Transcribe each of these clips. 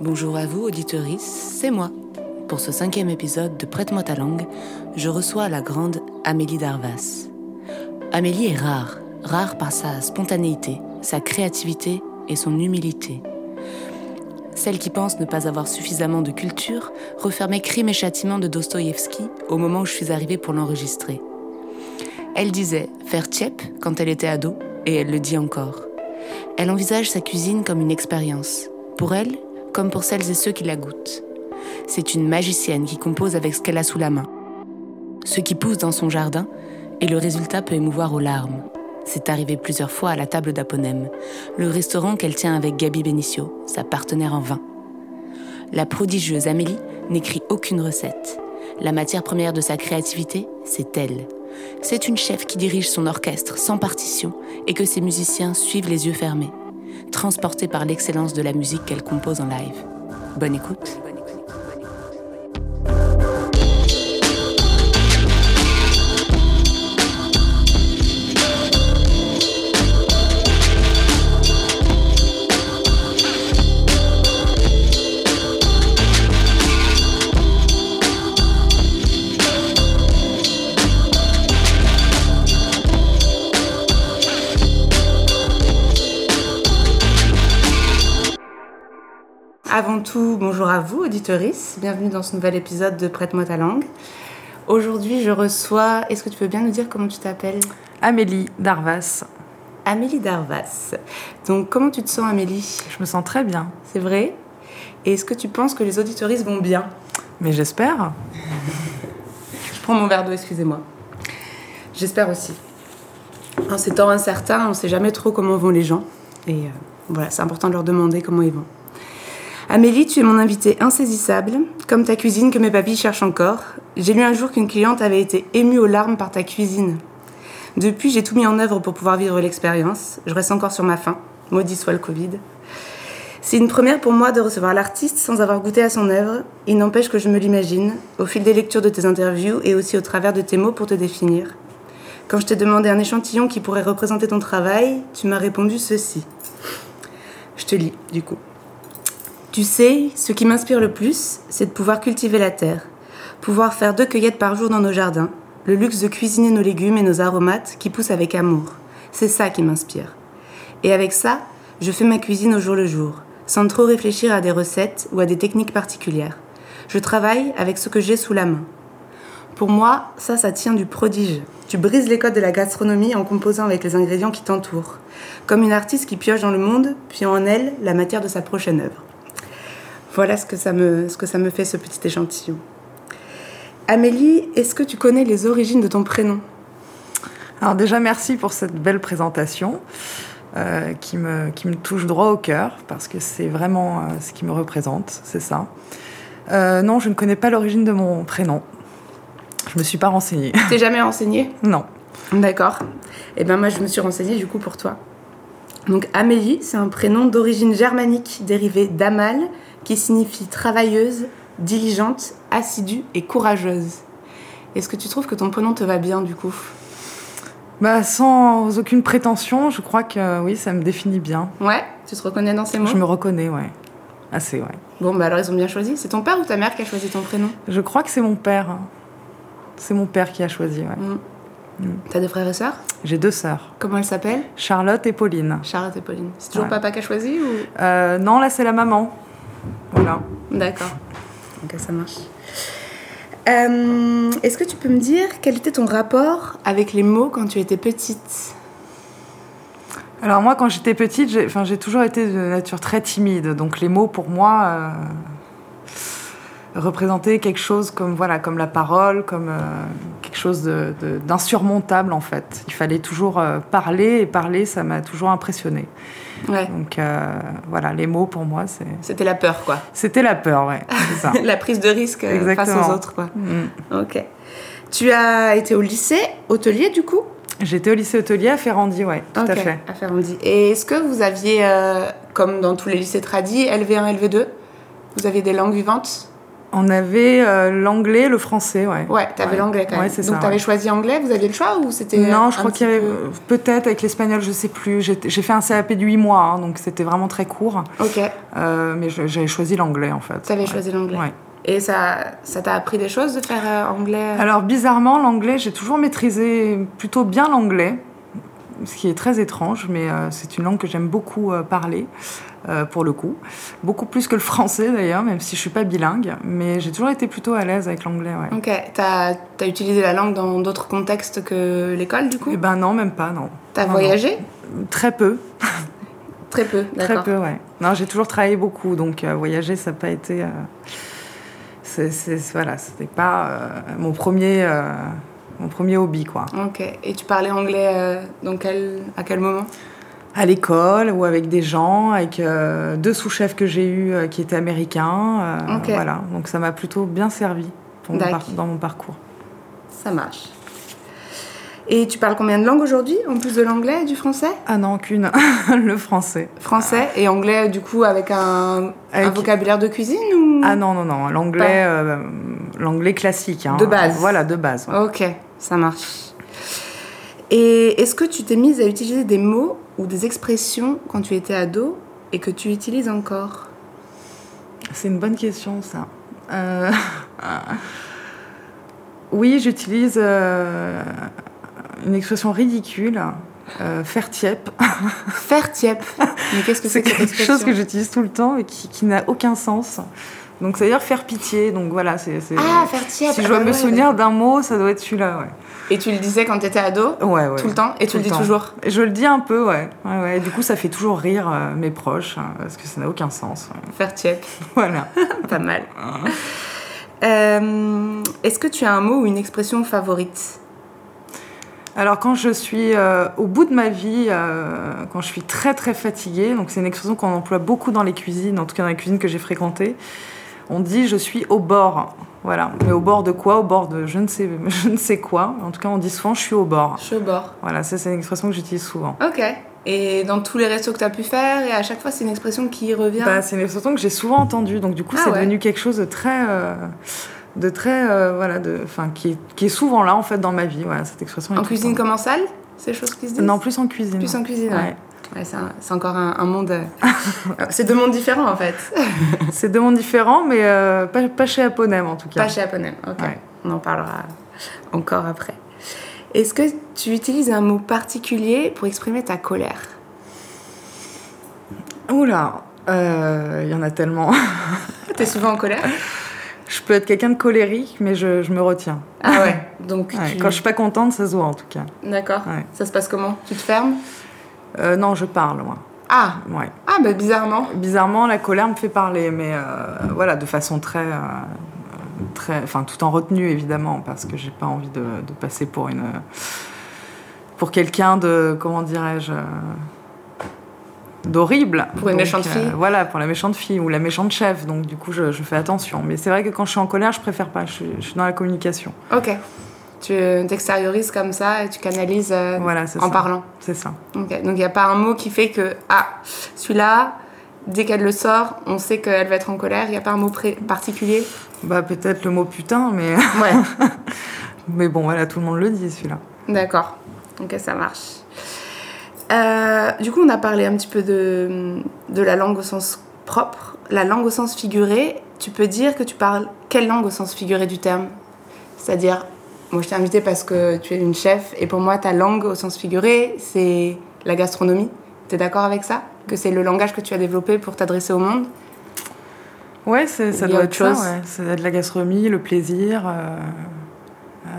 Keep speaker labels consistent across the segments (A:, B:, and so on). A: Bonjour à vous, auditeurice, c'est moi. Pour ce cinquième épisode de Prête-moi ta langue, je reçois la grande Amélie Darvas. Amélie est rare, rare par sa spontanéité, sa créativité et son humilité. Celle qui pense ne pas avoir suffisamment de culture refermait Crime et châtiment de Dostoïevski au moment où je suis arrivée pour l'enregistrer. Elle disait faire tiep quand elle était ado, et elle le dit encore. Elle envisage sa cuisine comme une expérience, pour elle comme pour celles et ceux qui la goûtent. C'est une magicienne qui compose avec ce qu'elle a sous la main. Ce qui pousse dans son jardin, et le résultat peut émouvoir aux larmes. C'est arrivé plusieurs fois à la table d'Aponem, le restaurant qu'elle tient avec Gabi Benicio, sa partenaire en vin. La prodigieuse Amélie n'écrit aucune recette. La matière première de sa créativité, c'est elle. C'est une chef qui dirige son orchestre sans partition et que ses musiciens suivent les yeux fermés, transportés par l'excellence de la musique qu'elle compose en live. Bonne écoute. Avant tout, bonjour à vous, auditeurice. Bienvenue dans ce nouvel épisode de Prête-moi ta langue. Aujourd'hui, je reçois. Est-ce que tu peux bien nous dire comment tu t'appelles
B: Amélie Darvas.
A: Amélie Darvas. Donc, comment tu te sens, Amélie
B: Je me sens très bien,
A: C'est vrai Et est-ce que tu penses que les auditeuristes vont bien
B: mais j'espère.
A: Je prends mon verre d'eau, excusez-moi. J'espère aussi. En ces temps incertains, on ne sait jamais trop comment vont les gens. Et euh, voilà, c'est important de leur demander comment ils vont. Amélie, tu es mon invitée insaisissable, comme ta cuisine que mes papilles cherchent encore. J'ai lu un jour qu'une cliente avait été émue aux larmes par ta cuisine. Depuis, j'ai tout mis en œuvre pour pouvoir vivre l'expérience. Je reste encore sur ma faim. Maudit soit le Covid. C'est une première pour moi de recevoir l'artiste sans avoir goûté à son œuvre. Il n'empêche que je me l'imagine, au fil des lectures de tes interviews et aussi au travers de tes mots pour te définir. Quand je t'ai demandé un échantillon qui pourrait représenter ton travail, tu m'as répondu ceci. Je te lis, du coup. Tu sais, ce qui m'inspire le plus, c'est de pouvoir cultiver la terre, pouvoir faire deux cueillettes par jour dans nos jardins, le luxe de cuisiner nos légumes et nos aromates qui poussent avec amour. C'est ça qui m'inspire. Et avec ça, je fais ma cuisine au jour le jour, sans trop réfléchir à des recettes ou à des techniques particulières. Je travaille avec ce que j'ai sous la main. Pour moi, ça, ça tient du prodige. Tu brises les codes de la gastronomie en composant avec les ingrédients qui t'entourent, comme une artiste qui pioche dans le monde, puis en elle la matière de sa prochaine œuvre. Voilà ce que ça me, ce que ça me fait, ce petit échantillon. Amélie, est-ce que tu connais les origines de ton prénom
B: Alors déjà, merci pour cette belle présentation euh, qui, me, qui me touche droit au cœur parce que c'est vraiment euh, ce qui me représente, c'est ça. Euh, non, je ne connais pas l'origine de mon prénom. Je me suis pas renseignée.
A: T'es jamais renseignée
B: non.
A: D'accord. Et ben moi, je me suis renseignée du coup pour toi. Donc Amélie, c'est un prénom d'origine germanique dérivé d'Amal, qui signifie travailleuse, diligente, assidue et courageuse. Est-ce que tu trouves que ton prénom te va bien du coup
B: Bah, sans aucune prétention, je crois que euh, oui, ça me définit bien.
A: Ouais, tu te reconnais dans ces mots
B: Je me reconnais, ouais. Assez, ouais.
A: Bon, bah alors ils ont bien choisi. C'est ton père ou ta mère qui a choisi ton prénom
B: Je crois que c'est mon père. hein. C'est mon père qui a choisi, ouais.
A: T'as des frères et sœurs
B: J'ai deux sœurs,
A: Comment elles s'appellent
B: Charlotte et Pauline.
A: Charlotte et Pauline. C'est toujours
B: Ouais.
A: papa qui a choisi ou
B: Euh, non, là, c'est la maman. Voilà.
A: D'accord. Ok, ça marche. Euh, Est-ce que tu peux me dire quel était ton rapport avec les mots quand tu étais petite
B: Alors moi, quand j'étais petite, j'ai enfin, j'ai toujours été de nature très timide. Donc les mots, pour moi, euh, représentaient quelque chose comme, voilà, comme la parole, comme euh, quelque chose de- de- d'insurmontable, en fait. Il fallait toujours euh, parler, et parler, ça m'a toujours impressionnée.
A: Ouais.
B: Donc euh, voilà, les mots, pour moi, c'est-
A: C'était la peur, quoi.
B: c'était la peur, ouais. C'est ça.
A: la prise de risque euh, face
B: Exactement.
A: aux autres, quoi.
B: Mm.
A: Ok. Tu as été au lycée, hôtelier du coup
B: J'étais au lycée hôtelier à Ferrandi, ouais, tout à
A: Ok,
B: fait.
A: à Ferrandi. Et est-ce que vous aviez, euh, comme dans tous les lycées tradis, LV1, LV2 Vous aviez des langues vivantes
B: On avait euh, l'anglais, le français, ouais.
A: Ouais, t'avais
B: Ouais.
A: l'anglais quand même.
B: Ouais, c'est
A: Donc
B: ça,
A: t'avais
B: ouais.
A: choisi anglais, vous aviez le choix ou c'était.
B: Non, je
A: un
B: crois
A: petit
B: qu'il y avait
A: peu-
B: peut-être avec l'espagnol, je sais plus. J'ai j'ai fait un CAP de 8 mois, hein, donc c'était vraiment très court.
A: Ok,
B: Euh, mais je- j'avais choisi l'anglais en fait.
A: t'avais
B: Ouais.
A: choisi l'anglais.
B: Ouais.
A: Et ça ça t'a appris des choses de faire euh, anglais
B: Alors bizarrement, l'anglais, j'ai toujours maîtrisé plutôt bien l'anglais, ce qui est très étrange, mais euh, c'est une langue que j'aime beaucoup euh, parler, euh, pour le coup. Beaucoup plus que le français d'ailleurs, même si je suis pas bilingue, mais j'ai toujours été plutôt à l'aise avec l'anglais. Ouais.
A: Ok, t'as as utilisé la langue dans d'autres contextes que l'école du
B: Eh
A: coup
B: ben non, même pas, non.
A: T'as
B: non,
A: voyagé
B: Très peu,
A: Très peu,
B: très
A: d'accord.
B: peu, ouais. Non, j'ai toujours travaillé beaucoup, donc euh, voyager, ça n'a pas été. euh, c'est- c'est- voilà, c'était pas euh, mon premier. euh, mon premier hobby, quoi.
A: Ok, et tu parlais anglais euh, dans quel... à quel moment
B: à l'école ou avec des gens, avec euh, deux sous-chefs que j'ai eus euh, qui étaient américains. euh,
A: Ok.
B: Voilà, donc ça m'a plutôt bien servi pour mon
A: D'accord.
B: par- dans mon parcours.
A: Ça marche. Et tu parles combien de langues aujourd'hui, en plus de l'anglais et du français
B: Ah non, qu'une, le français.
A: Français et anglais, du coup, avec un, un
B: Ah. Avec-
A: vocabulaire de cuisine ou...
B: Ah non, non, non, l'anglais, euh, l'anglais classique. hein.
A: De base.
B: Voilà, de base. ouais.
A: Ok, ça marche. Et est-ce que tu t'es mise à utiliser des mots ou des expressions quand tu étais ado et que tu utilises encore
B: C'est une bonne question, ça. Euh, oui, j'utilise euh, une expression ridicule, euh, faire tiep.
A: Faire tiep. Mais qu'est-ce que
B: C'est
A: c'est que cette
B: quelque
A: expression
B: chose que j'utilise tout le temps et qui, qui n'a aucun sens. Donc, c'est-à-dire faire pitié. Donc, voilà, c'est. c'est-
A: Ah, faire tiep.
B: si je
A: ah
B: dois
A: ouais,
B: me
A: ouais,
B: souvenir d'un mot, ça doit être celui-là, ouais.
A: d'accord. Et tu le disais quand t'étais ado
B: Ouais, ouais.
A: Tout le temps Et
B: Tout
A: tu le
B: le
A: dis
B: temps.
A: toujours
B: Et Je le dis un peu, ouais. ouais, ouais. Et Du coup, ça fait toujours rire euh, mes proches, hein, parce que ça n'a aucun sens. ouais.
A: Faire tiep.
B: Voilà.
A: Pas mal.
B: Uh-huh.
A: Euh, Est-ce que tu as un mot ou une expression favorite
B: Alors, quand je suis euh, au bout de ma vie, euh, quand je suis très très fatiguée, donc c'est une expression qu'on emploie beaucoup dans les cuisines, en tout cas dans les cuisines que j'ai fréquentées, on dit je suis au bord. Voilà. Mais au bord de quoi Au bord de je ne sais, je ne sais quoi. En tout cas, on dit souvent je suis au bord.
A: Je suis au bord.
B: Voilà, ça c'est une expression que j'utilise souvent.
A: Ok. Et dans tous les restos que tu as pu faire, et à chaque fois, c'est une expression qui revient.
B: Bah, c'est une expression que j'ai souvent entendue, donc du coup
A: Ah
B: c'est
A: ouais.
B: devenu quelque chose de très, euh, de très, euh, voilà, de, enfin qui, est- qui est souvent là en fait dans ma vie. Voilà, cette expression. est
A: en
B: tout le
A: cuisine
B: temps.
A: comme en salle C'est des choses qui se disent
B: Non, plus en cuisine.
A: Plus en cuisine, ouais.
B: Ouais.
A: Ouais, c'est un- c'est encore un, un monde. euh, c'est deux mondes différents en fait.
B: C'est deux mondes différents, mais euh, pas, pas chez Aponem en tout cas.
A: Pas chez Aponem. Ok.
B: Ouais.
A: On en parlera encore après. Est-ce que tu utilises un mot particulier pour exprimer ta colère
B: Oula, euh, il y en a tellement.
A: T'es souvent en colère
B: Je peux être quelqu'un de colérique, mais je, je me retiens.
A: Ah ouais. Donc
B: Ouais,
A: tu-
B: Quand je suis pas contente, ça se voit en tout cas.
A: D'accord.
B: Ouais.
A: Ça se passe comment Tu te fermes
B: Euh, non, je parle, moi.
A: Ah
B: Ouais.
A: Ah bah bizarrement.
B: Bizarrement, la colère me fait parler, mais euh, voilà, de façon très. euh, très enfin, tout en retenue évidemment, parce que j'ai pas envie de, de passer pour une. pour quelqu'un de. comment dirais-je. euh, d'horrible.
A: Pour une
B: Donc, euh,
A: méchante fille.
B: Voilà, pour la méchante fille ou la méchante chef, donc du coup, je, je fais attention. Mais c'est vrai que quand je suis en colère, je préfère pas, je, suis- je suis dans la communication.
A: Ok. Tu euh, t'extériorises comme ça et tu canalises euh,
B: Voilà, c'est
A: en
B: ça.
A: parlant.
B: C'est ça.
A: Ok, donc il n'y a pas un mot qui fait que, ah, celui-là, dès qu'elle le sort, on sait qu'elle va être en colère. Il n'y a pas un mot pré- particulier.
B: Bah, peut-être le mot putain, mais.
A: Ouais.
B: Mais bon, voilà, tout le monde le dit, celui-là.
A: D'accord. Ok, ça marche. Euh, du coup, on a parlé un petit peu de, de la langue au sens propre. La langue au sens figuré, tu peux dire que tu parles quelle langue au sens figuré du terme C'est-à-dire, moi je t'ai invité parce que tu es une chef et pour moi ta langue au sens figuré, c'est la gastronomie. T'es d'accord avec ça Que c'est le langage que tu as développé pour t'adresser au monde
B: Ouais, c'est- ça
A: Il y a
B: doit
A: autre
B: être ça,
A: chose
B: ouais. Ça doit être la gastronomie, le plaisir. euh, euh,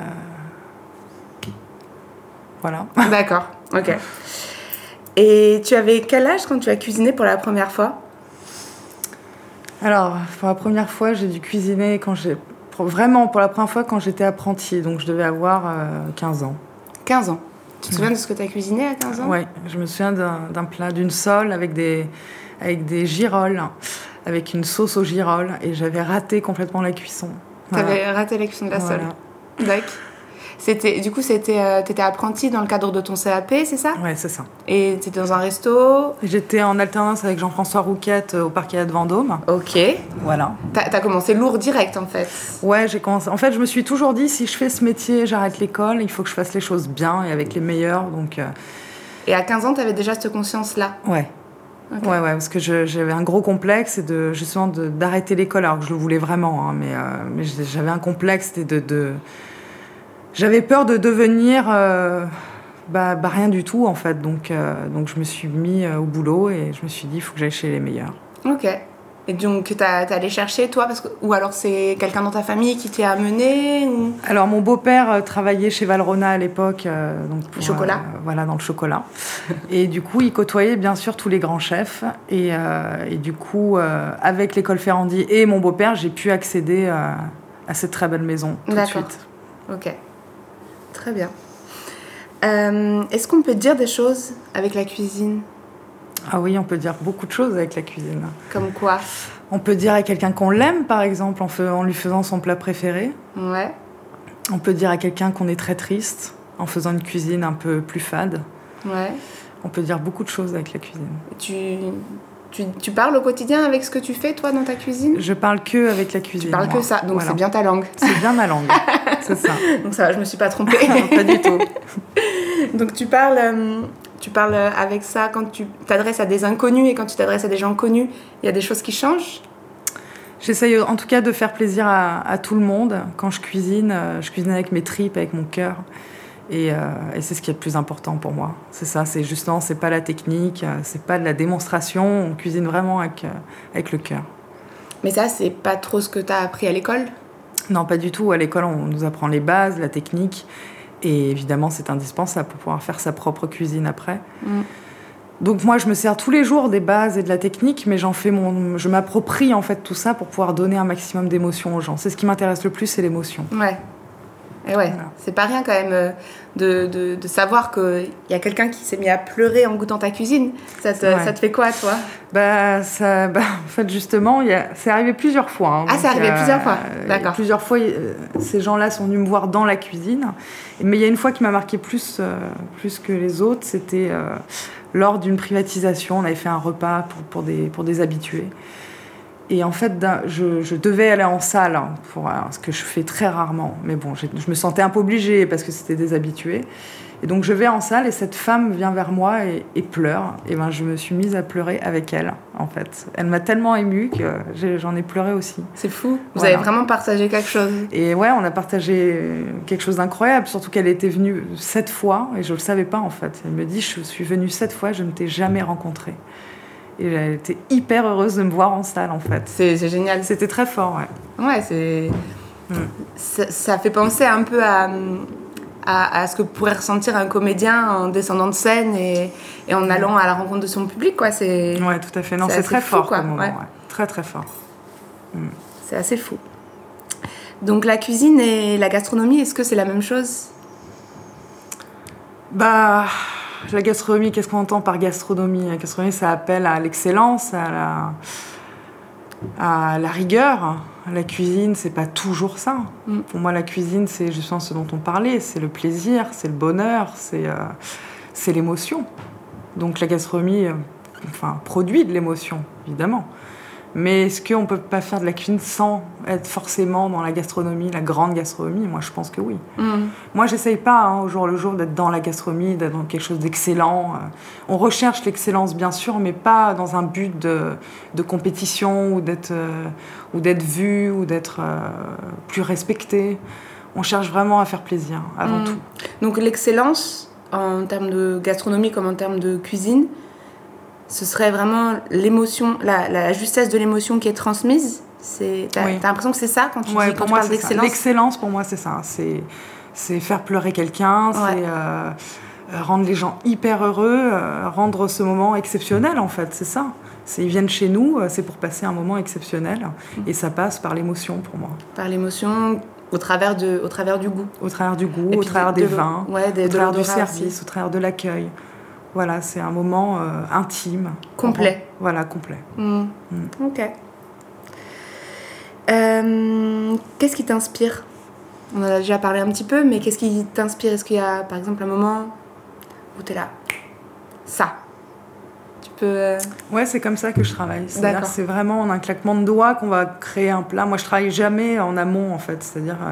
B: Voilà.
A: D'accord, ok. Et tu avais quel âge quand tu as cuisiné pour la première fois
B: Alors, pour la première fois, j'ai dû cuisiner quand j'ai. pour- Vraiment, pour la première fois, quand j'étais apprentie, donc je devais avoir euh, 15 ans.
A: 15 ans. Tu te souviens de ce que tu as cuisiné à 15 ans
B: Ouais, je me souviens d'un d'un plat, d'une sole avec des, avec des girolles, avec une sauce aux girolles, et j'avais raté complètement la cuisson.
A: T'avais raté la cuisson de la
B: Voilà.
A: sole. D'accord. C'était, du coup, c'était, euh, t'étais apprenti dans le cadre de ton CAP, c'est ça
B: Ouais, c'est ça.
A: Et t'étais dans un resto.
B: J'étais en alternance avec Jean-François Rouquette euh, au parquet de Vendôme.
A: Ok.
B: Voilà.
A: T'as as commencé lourd direct, en fait.
B: Ouais, j'ai commencé. En fait, je me suis toujours dit, si je fais ce métier, j'arrête l'école, il faut que je fasse les choses bien et avec les meilleurs. Donc, euh,
A: Et à 15 ans, t'avais déjà cette conscience-là.
B: ouais.
A: Ok.
B: Ouais, ouais, parce que je- j'avais un gros complexe et de, justement de- d'arrêter l'école alors que je le voulais vraiment, hein, mais, euh, mais j'ai- j'avais un complexe et de. de- J'avais peur de devenir euh, bah, bah, rien du tout en fait, donc, euh, donc je me suis mis euh, au boulot et je me suis dit il faut que j'aille chez les meilleurs.
A: Ok. Et donc, t'as- t'es allé chercher, toi, parce que... ou alors c'est quelqu'un dans ta famille qui t'y a amené ou...
B: Alors mon beau-père euh, travaillait chez Valrona à l'époque, euh, donc pour,
A: Chocolat.
B: euh, voilà dans le chocolat. et du coup, il côtoyait bien sûr tous les grands chefs. Et, euh, et du coup, euh, avec l'école Ferrandi et mon beau-père, j'ai pu accéder euh, à cette très belle maison tout de
A: D'accord.
B: suite.
A: Ok. Très bien. Euh, Est-ce qu'on peut dire des choses avec la cuisine
B: Ah oui, on peut dire beaucoup de choses avec la cuisine.
A: Comme quoi
B: On peut dire à quelqu'un qu'on l'aime, par exemple, en, fais- en lui faisant son plat préféré.
A: Ouais.
B: On peut dire à quelqu'un qu'on est très triste en faisant une cuisine un peu plus fade.
A: Ouais.
B: On peut dire beaucoup de choses avec la cuisine.
A: Tu, tu, tu parles au quotidien avec ce que tu fais, toi, dans ta cuisine
B: Je parle que avec la cuisine.
A: Tu parles
B: moi.
A: que ça, donc
B: Voilà.
A: c'est bien ta langue.
B: C'est bien ma langue, c'est ça.
A: Donc ça va, je me suis pas trompée.
B: Non, pas du tout.
A: donc tu parles, euh, tu parles avec ça quand tu t'adresses à des inconnus et quand tu t'adresses à des gens connus, il y a des choses qui changent
B: J'essaye en tout cas de faire plaisir à, à tout le monde. Quand je cuisine, euh, je cuisine avec mes tripes, avec mon cœur. Et, euh, et c'est ce qui est le plus important pour moi. C'est ça, c'est justement, c'est pas la technique, euh, c'est pas de la démonstration. On cuisine vraiment avec, euh, avec le cœur.
A: Mais ça, c'est pas trop ce que t'as appris à l'école
B: Non, pas du tout. À l'école, on nous apprend les bases, la technique. Et évidemment, c'est indispensable pour pouvoir faire sa propre cuisine après.
A: Mm.
B: Donc moi, je me sers tous les jours des bases et de la technique, mais j'en fais mon, je m'approprie en fait tout ça pour pouvoir donner un maximum d'émotion aux gens. C'est ce qui m'intéresse le plus, c'est l'émotion.
A: Ouais. Et ouais,
B: Voilà.
A: c'est pas rien quand même euh, de, de, de savoir qu'il y a quelqu'un qui s'est mis à pleurer en goûtant ta cuisine. Ça te,
B: Ouais.
A: ça te fait quoi, toi
B: Bah, ça, bah, en fait, justement, il y a- c'est arrivé plusieurs fois. hein.
A: Ah, c'est
B: Donc,
A: arrivé plusieurs fois.
B: euh,
A: D'accord.
B: Plusieurs fois, euh, ces gens-là sont venus me voir dans la cuisine. Mais il y a une fois qui m'a marqué plus, euh, plus que les autres, c'était euh, lors d'une privatisation. On avait fait un repas pour, pour, des, pour des habitués. Et en fait, d'un- je, je devais aller en salle, hein, pour, euh, ce que je fais très rarement. Mais bon, j'ai- je me sentais un peu obligée parce que c'était des habitués. Et donc je vais en salle et cette femme vient vers moi et, et pleure. Et ben je me suis mise à pleurer avec elle, en fait. Elle m'a tellement émue que j'ai- j'en ai pleuré aussi.
A: C'est fou. Vous
B: Voilà.
A: avez vraiment partagé quelque chose.
B: Et ouais, on a partagé euh, quelque chose d'incroyable, surtout qu'elle était venue sept fois et je le savais pas en fait. Elle me dit je suis venue sept fois, je ne t'ai jamais rencontrée. Et elle était hyper heureuse de me voir en salle en fait.
A: C'est c'est génial.
B: C'était très fort, ouais.
A: Ouais, c'est.
B: Mm.
A: Ça, ça fait penser un peu à, à, à ce que pourrait ressentir un comédien en descendant de scène et, et en allant à la rencontre de son public, quoi. C'est
B: Ouais, tout à fait. Non,
A: C'est
B: c'est
A: assez
B: très
A: fou,
B: fort
A: quoi.
B: comme moment,
A: Ouais.
B: ouais. Très très fort.
A: c'est assez fou. Donc, la cuisine et la gastronomie, est-ce que c'est la même chose
B: Bah, la gastronomie, qu'est-ce qu'on entend par gastronomie La gastronomie, ça appelle à l'excellence, à la, à la rigueur. La cuisine, c'est pas toujours ça.
A: Mm.
B: Pour moi, la cuisine, c'est justement ce dont on parlait c'est le plaisir, c'est le bonheur, c'est euh, c'est l'émotion. Donc la gastronomie, euh, enfin, produit de l'émotion, évidemment. Mais est-ce qu'on peut pas faire de la cuisine sans être forcément dans la gastronomie, la grande gastronomie Moi, je pense que oui.
A: Mm.
B: Moi, j'essaye pas hein, au jour le jour d'être dans la gastronomie, d'être dans quelque chose d'excellent. Euh, On recherche l'excellence, bien sûr, mais pas dans un but de, de compétition ou d'être euh, ou d'être vu ou d'être euh, plus respecté. On cherche vraiment à faire plaisir avant
A: Mm.
B: tout.
A: Donc l'excellence en termes de gastronomie comme en termes de cuisine, ce serait vraiment l'émotion, la, la justesse de l'émotion qui est transmise. C'est, t'as,
B: Oui.
A: t'as l'impression que c'est ça quand tu,
B: Ouais,
A: dis- quand
B: pour
A: tu
B: moi,
A: parles
B: c'est ça.
A: d'excellence
B: L'excellence, pour moi, c'est ça. C'est c'est faire pleurer quelqu'un,
A: Ouais.
B: c'est euh, euh, rendre les gens hyper heureux, euh, rendre ce moment exceptionnel, en fait, c'est ça. C'est- Ils viennent chez nous, euh, c'est pour passer un moment exceptionnel,
A: Mm.
B: et ça passe par l'émotion pour moi,
A: par l'émotion au travers, de, au travers du goût.
B: au travers du goût,
A: Et
B: au
A: puis
B: travers
A: de-
B: des
A: de-
B: vins,
A: ouais, des-
B: au
A: de
B: travers du
A: l'odorat
B: service, au travers de l'accueil. Voilà, c'est un moment euh, intime.
A: Complet.
B: Voilà, complet.
A: Mm. Ok. Euh, qu'est-ce qui t'inspire On en a déjà parlé un petit peu, mais qu'est-ce qui t'inspire Est-ce qu'il y a, par exemple, un moment où tu es là Ça. Tu peux. euh,
B: Ouais, c'est comme ça que je travaille. C'est-à-dire
A: D'accord.
B: que c'est vraiment en un claquement de doigts qu'on va créer un plat. Moi, je travaille jamais en amont, en fait. C'est-à-dire, euh,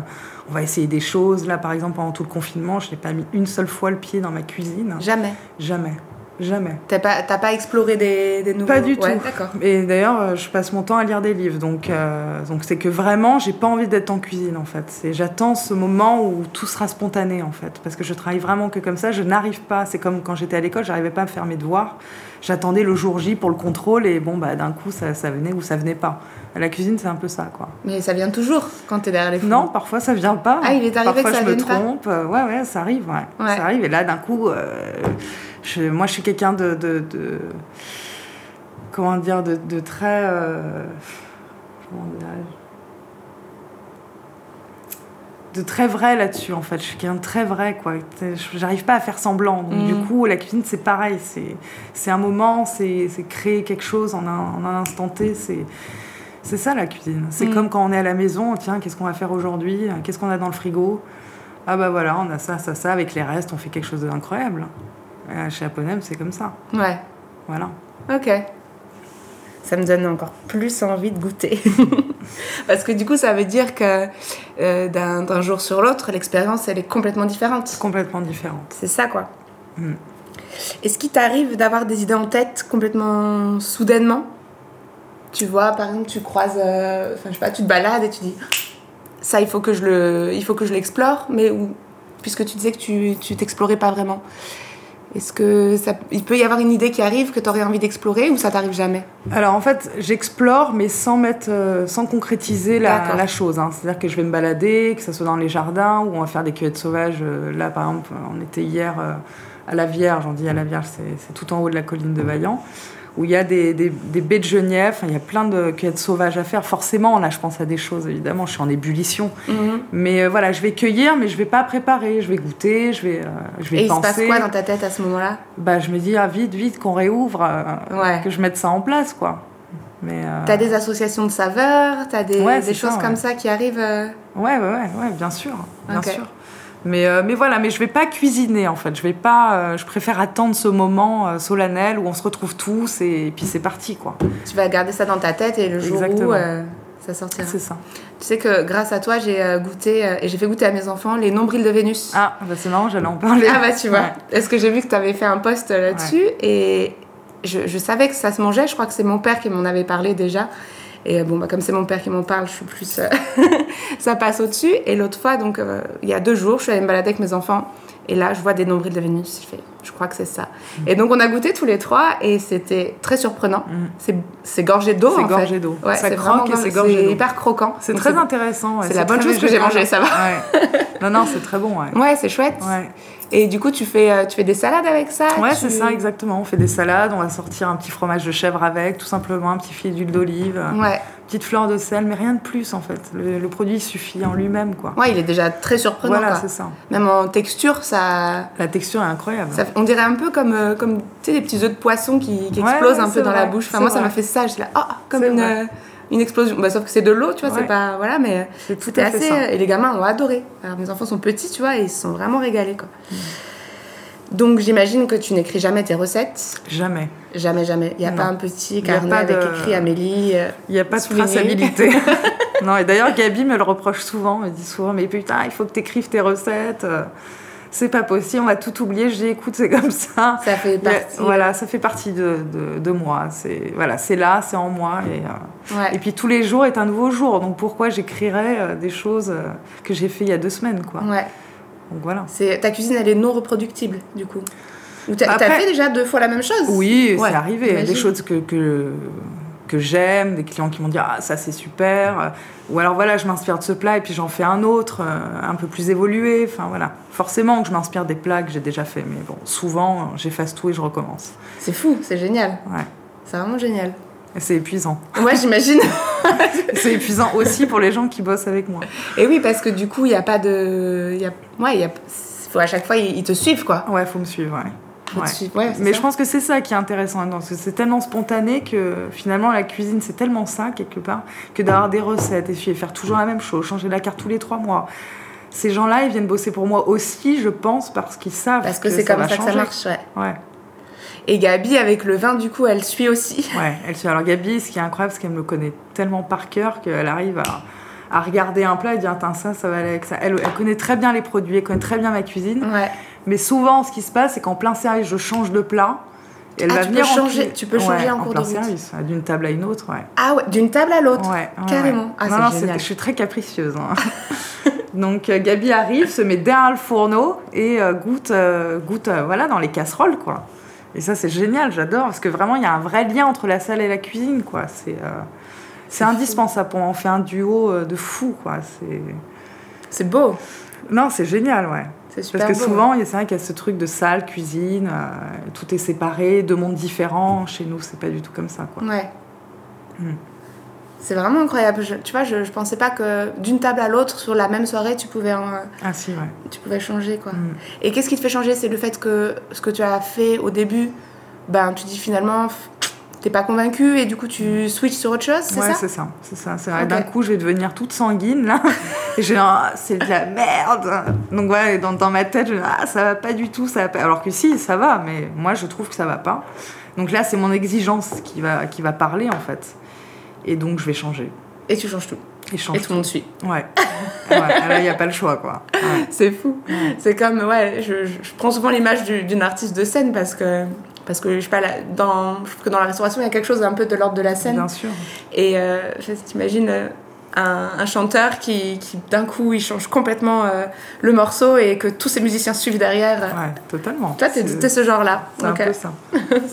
B: on va essayer des choses. Là, par exemple, pendant tout le confinement, je n'ai pas mis une seule fois le pied dans ma cuisine.
A: Jamais.
B: Jamais. Jamais.
A: T'as pas, t'as pas exploré des, des nouveaux.
B: Pas du
A: Ouais,
B: tout.
A: D'accord.
B: Et d'ailleurs, euh, je passe mon temps à lire des livres. Donc, euh, donc c'est que vraiment, j'ai pas envie d'être en cuisine, en fait. C'est, j'attends ce moment où tout sera spontané, en fait. Parce que je travaille vraiment que comme ça. Je n'arrive pas. C'est comme quand j'étais à l'école, j'arrivais pas à faire mes devoirs. J'attendais le jour J pour le contrôle. Et bon, bah, d'un coup, ça, ça venait ou ça venait pas. À la cuisine, c'est un peu ça, quoi.
A: Mais ça vient toujours quand t'es derrière les fours.
B: Non, parfois ça vient pas.
A: Ah, il est arrivé
B: Parfois
A: que ça
B: je me
A: vienne pas.
B: trompe. Euh, Ouais, ouais, ça arrive. ouais.
A: Ouais.
B: Ça arrive. Et là, d'un coup, euh, je- moi, je suis quelqu'un de, de- de- Comment dire De, de très. euh, Comment dirais-je De très vrai là-dessus, en fait. Je suis quelqu'un de très vrai, quoi. Je- J'arrive pas à faire semblant. Donc,
A: Mm.
B: Du coup, la cuisine, c'est pareil. C'est c'est un moment, c'est c'est créer quelque chose en un, en un instant T. C'est. C'est ça la cuisine. C'est
A: Mm.
B: comme quand on est à la maison, tiens, qu'est-ce qu'on va faire aujourd'hui Qu'est-ce qu'on a dans le frigo Ah bah voilà, on a ça, ça, ça, avec les restes, on fait quelque chose d'incroyable. Euh, Chez Aponem, c'est comme ça.
A: Ouais.
B: Voilà.
A: Ok. Ça me donne encore plus envie de goûter. Parce que du coup, ça veut dire que euh, d'un d'un jour sur l'autre, l'expérience, elle est complètement différente.
B: Complètement différente.
A: C'est ça, quoi.
B: Mm.
A: Est-ce qu'il t'arrive d'avoir des idées en tête complètement soudainement Tu vois, par exemple, tu croises, euh, enfin, je sais pas, tu te balades et tu dis, ça, il faut que je le, il faut que je l'explore, mais où, puisque tu disais que tu, tu t'explorais pas vraiment. Est-ce que ça, il peut y avoir une idée qui arrive que t'aurais envie d'explorer ou ça t'arrive jamais
B: Alors en fait, j'explore, mais sans mettre, euh, sans concrétiser la,
A: D'accord.
B: la chose. hein. C'est-à-dire que je vais me balader, que ce soit dans les jardins ou on va faire des cueillettes sauvages. Euh, Là, par exemple, on était hier euh, à la Vierge. On dit à la Vierge, c'est c'est tout en haut de la colline de Vaillant, où il y a des, des- des baies de genièvre. Enfin, il y a plein de cueillettes sauvages à faire. Forcément, là, je pense à des choses. Évidemment, je suis en ébullition. Mais euh, voilà, je vais cueillir, mais je vais pas préparer. Je vais goûter, je vais, euh, je vais
A: Et il se
B: penser
A: passe quoi dans ta tête à ce moment-là
B: bah, je me dis, ah, vite, vite, qu'on réouvre, euh,
A: Ouais.
B: que je mette ça en place, quoi. Mais, euh,
A: T'as des associations de saveurs, t'as des,
B: Ouais,
A: des
B: c'est ça,
A: choses
B: ouais.
A: comme ça qui arrivent. euh,
B: ouais, ouais, ouais, ouais, bien sûr, bien
A: Ok.
B: sûr. Mais, euh, mais voilà, mais je vais pas cuisiner, en fait. Je vais pas, euh, je préfère attendre ce moment euh, solennel où on se retrouve tous et, et puis c'est parti, quoi.
A: Tu vas garder ça dans ta tête et le jour où
B: Exactement.
A: euh, ça sortira.
B: C'est ça.
A: Tu sais que grâce à toi, j'ai euh, goûté euh, et j'ai fait goûter à mes enfants les nombrils de Vénus.
B: Ah, bah, c'est marrant, j'allais en parler.
A: Ah bah tu vois.
B: Ouais.
A: Est-ce que j'ai vu que tu avais fait un post euh, là-dessus et je, je savais que ça se mangeait. Je crois que c'est mon père qui m'en avait parlé déjà. Et euh, bon bah comme c'est mon père qui m'en parle, je suis plus euh, ça passe au-dessus. Et l'autre fois donc euh, il y a deux jours, je suis allée me balader avec mes enfants et là je vois des nombrils de Vénus. Je fais, je crois que c'est ça.
B: Mmh.
A: Et donc on a goûté tous les trois et c'était très surprenant.
B: Mm.
A: C'est- C'est gorgé d'eau
B: C'est
A: en fait.
B: gorgé d'eau.
A: Ouais,
B: ça
A: c'est
B: croque et
A: vraiment-
B: c'est gorgé d'eau.
A: hyper croquant.
B: C'est
A: Donc,
B: très intéressant. ouais,
A: c'est la bonne
B: très
A: chose que j'ai
B: végétal.
A: mangée, ça va.
B: Ouais. Non, non, c'est très bon, ouais.
A: Ouais, c'est chouette.
B: Ouais.
A: Et du coup, tu fais, euh, tu fais des salades avec ça Ah,
B: Ouais,
A: tu-
B: c'est ça, exactement. On fait des salades, on va sortir un petit fromage de chèvre avec, tout simplement, un petit filet d'huile d'olive, euh,
A: Ouais.
B: petite fleur de sel, mais rien de plus en fait. Le, le produit suffit en lui-même, quoi.
A: ouais, il est déjà très surprenant.
B: voilà,
A: quoi.
B: c'est ça.
A: Même en texture, ça,
B: La texture est incroyable.
A: ça- on dirait un peu comme, euh, comme tu sais, des petits œufs de poisson qui, qui
B: Ouais,
A: explosent
B: ouais,
A: un peu
B: c'est
A: dans la
B: vrai,
A: bouche. Enfin,
B: c'est
A: moi, ça
B: vrai.
A: m'a fait ça. Je là, oh, comme
B: C'est
A: une,
B: vrai.
A: euh, une explosion. Bah, sauf que c'est de l'eau, tu vois, c'est
B: Ouais.
A: pas. Voilà, mais euh,
B: C'est tout
A: c'était
B: à fait
A: assez. euh,
B: ça.
A: Et les gamins ont adoré. Alors, mes enfants sont petits, tu vois, et ils se sont vraiment régalés, quoi.
B: Mm.
A: Donc, j'imagine que tu n'écris jamais tes recettes.
B: Jamais.
A: Jamais, jamais. Il n'y a
B: Non.
A: pas un petit
B: Y a
A: carnet
B: pas
A: avec
B: de-
A: écrit Amélie. euh,
B: Il n'y a pas de
A: Souligné.
B: traçabilité. non, et d'ailleurs, Gabi me le reproche souvent. Elle dit souvent Mais putain, il faut que tu écrives tes recettes. euh, C'est pas possible, on va tout oublier. Je dis Écoute, c'est comme ça.
A: Ça fait
B: Il y a-
A: partie.
B: Voilà, ça fait partie de, de, de moi. C'est voilà, c'est là, c'est en moi. Et, euh,
A: Ouais.
B: Et puis tous les jours est un nouveau jour, donc pourquoi j'écrirais euh, des choses euh, que j'ai fait il y a deux semaines, quoi.
A: Ouais.
B: Donc voilà.
A: C'est ta cuisine, elle est non reproductible du coup. Ou t'as
B: Après-
A: t'as fait déjà deux fois la même chose.
B: Oui,
A: Ouais,
B: c'est arrivé.
A: j'imagine.
B: Des choses que, que, que j'aime, des clients qui m'ont dit Ah, ça c'est super. Ou alors voilà, je m'inspire de ce plat et puis j'en fais un autre, euh, un peu plus évolué. Enfin voilà. Forcément que je m'inspire des plats que j'ai déjà fait, mais bon, souvent j'efface tout et je recommence.
A: C'est fou, c'est génial.
B: Ouais.
A: C'est vraiment génial.
B: Et c'est épuisant.
A: Ouais, j'imagine.
B: c'est épuisant aussi pour les gens qui bossent avec moi.
A: Et oui, parce que du coup, il n'y a pas de. il Y a... Ouais, il y a... faut à chaque fois, ils ils te suivent quoi.
B: Ouais, faut me suivre, ouais.
A: Faut te
B: Ouais.
A: suivre. Ouais, c'est
B: Mais
A: ça.
B: je pense que c'est ça qui est intéressant là-dedans, parce que c'est tellement spontané que finalement la cuisine c'est tellement ça quelque part que d'avoir des recettes et puis faire toujours la même chose, changer la carte tous les trois mois. ces gens-là, ils viennent bosser pour moi aussi, je pense, parce qu'ils savent.
A: Parce que, c'est comme
B: va
A: ça que ça
B: changer.
A: marche, ouais.
B: Ouais.
A: Et Gabi, avec le vin, du coup, elle suit aussi.
B: Ouais, elle suit. Alors Gabi, ce qui est incroyable, c'est qu'elle me connaît tellement par cœur qu'elle arrive à, à regarder un plat et dire Attends, ça, ça va aller avec ça. Elle, elle connaît très bien les produits, elle connaît très bien ma cuisine.
A: Ouais.
B: Mais souvent, ce qui se passe, c'est qu'en plein service, je change de plat. Et elle
A: Ah,
B: va
A: tu
B: venir
A: peux
B: en
A: changer-
B: cu-
A: tu peux changer
B: Ouais,
A: en cours de
B: plein
A: route.
B: service, ouais, d'une table à une autre, ouais.
A: Ah ouais, d'une table à l'autre.
B: Ouais, ouais,
A: Carrément.
B: ouais.
A: Ah,
B: non,
A: c'est
B: non, c'est-
A: génial.
B: je suis très capricieuse. hein. Donc euh, Gabi arrive, se met derrière le fourneau et euh, goûte, euh, goûte euh, voilà, dans les casseroles. quoi. Et ça, c'est génial, j'adore, parce que vraiment, il y a un vrai lien entre la salle et la cuisine. quoi. C'est euh, c'est indispensable. On en fait un duo euh, de fou. quoi. C'est-
A: C'est beau.
B: Non, c'est génial, ouais.
A: C'est super
B: Parce que
A: beau.
B: souvent, il y a- c'est vrai qu'il y a ce truc de salle, cuisine, euh, tout est séparé, deux mondes différents. Chez nous, c'est pas du tout comme ça. quoi.
A: Ouais.
B: Hmm.
A: C'est vraiment incroyable. Je- tu vois, je, je pensais pas que d'une table à l'autre, sur la même soirée, tu pouvais, en-
B: Ah si, ouais.
A: tu pouvais changer, quoi.
B: Mm.
A: Et qu'est-ce qui te fait changer C'est le fait que ce que tu as fait au début, ben, tu dis finalement, pff, t'es pas convaincu et du coup, tu switches sur autre chose, c'est
B: ouais,
A: ça
B: c'est ça, c'est ça. c'est vrai.
A: Ok.
B: D'un coup, je vais devenir toute sanguine là. Et je vais dire, Ah, c'est de la merde. Donc voilà, et dans, dans ma tête, je vais dire, ah, ça va pas du tout, ça va pas. Alors que si, ça va, mais moi, je trouve que ça va pas. Donc là, c'est mon exigence qui va, qui va parler en fait. Et donc, je vais changer.
A: Et tu changes tout.
B: Et
A: Et
B: changer.
A: tout le monde suit.
B: Ouais. ouais. Là, il n'y a pas le choix quoi. Ouais.
A: C'est fou.
B: Ouais.
A: C'est comme, ouais, je, je- je prends souvent l'image du- d'une artiste de scène parce que, parce que je sais pas, la- dans, je trouve que dans la restauration, il y a quelque chose un peu de l'ordre de la scène.
B: Bien sûr.
A: Et euh, je sais pas si t'imagines euh, un, un chanteur qui, qui, d'un coup il change complètement euh, le morceau et que tous ses musiciens suivent derrière.
B: Ouais, totalement.
A: Toi t'es,
B: C'est-
A: t'es ce genre là.
B: c'est un peu ça.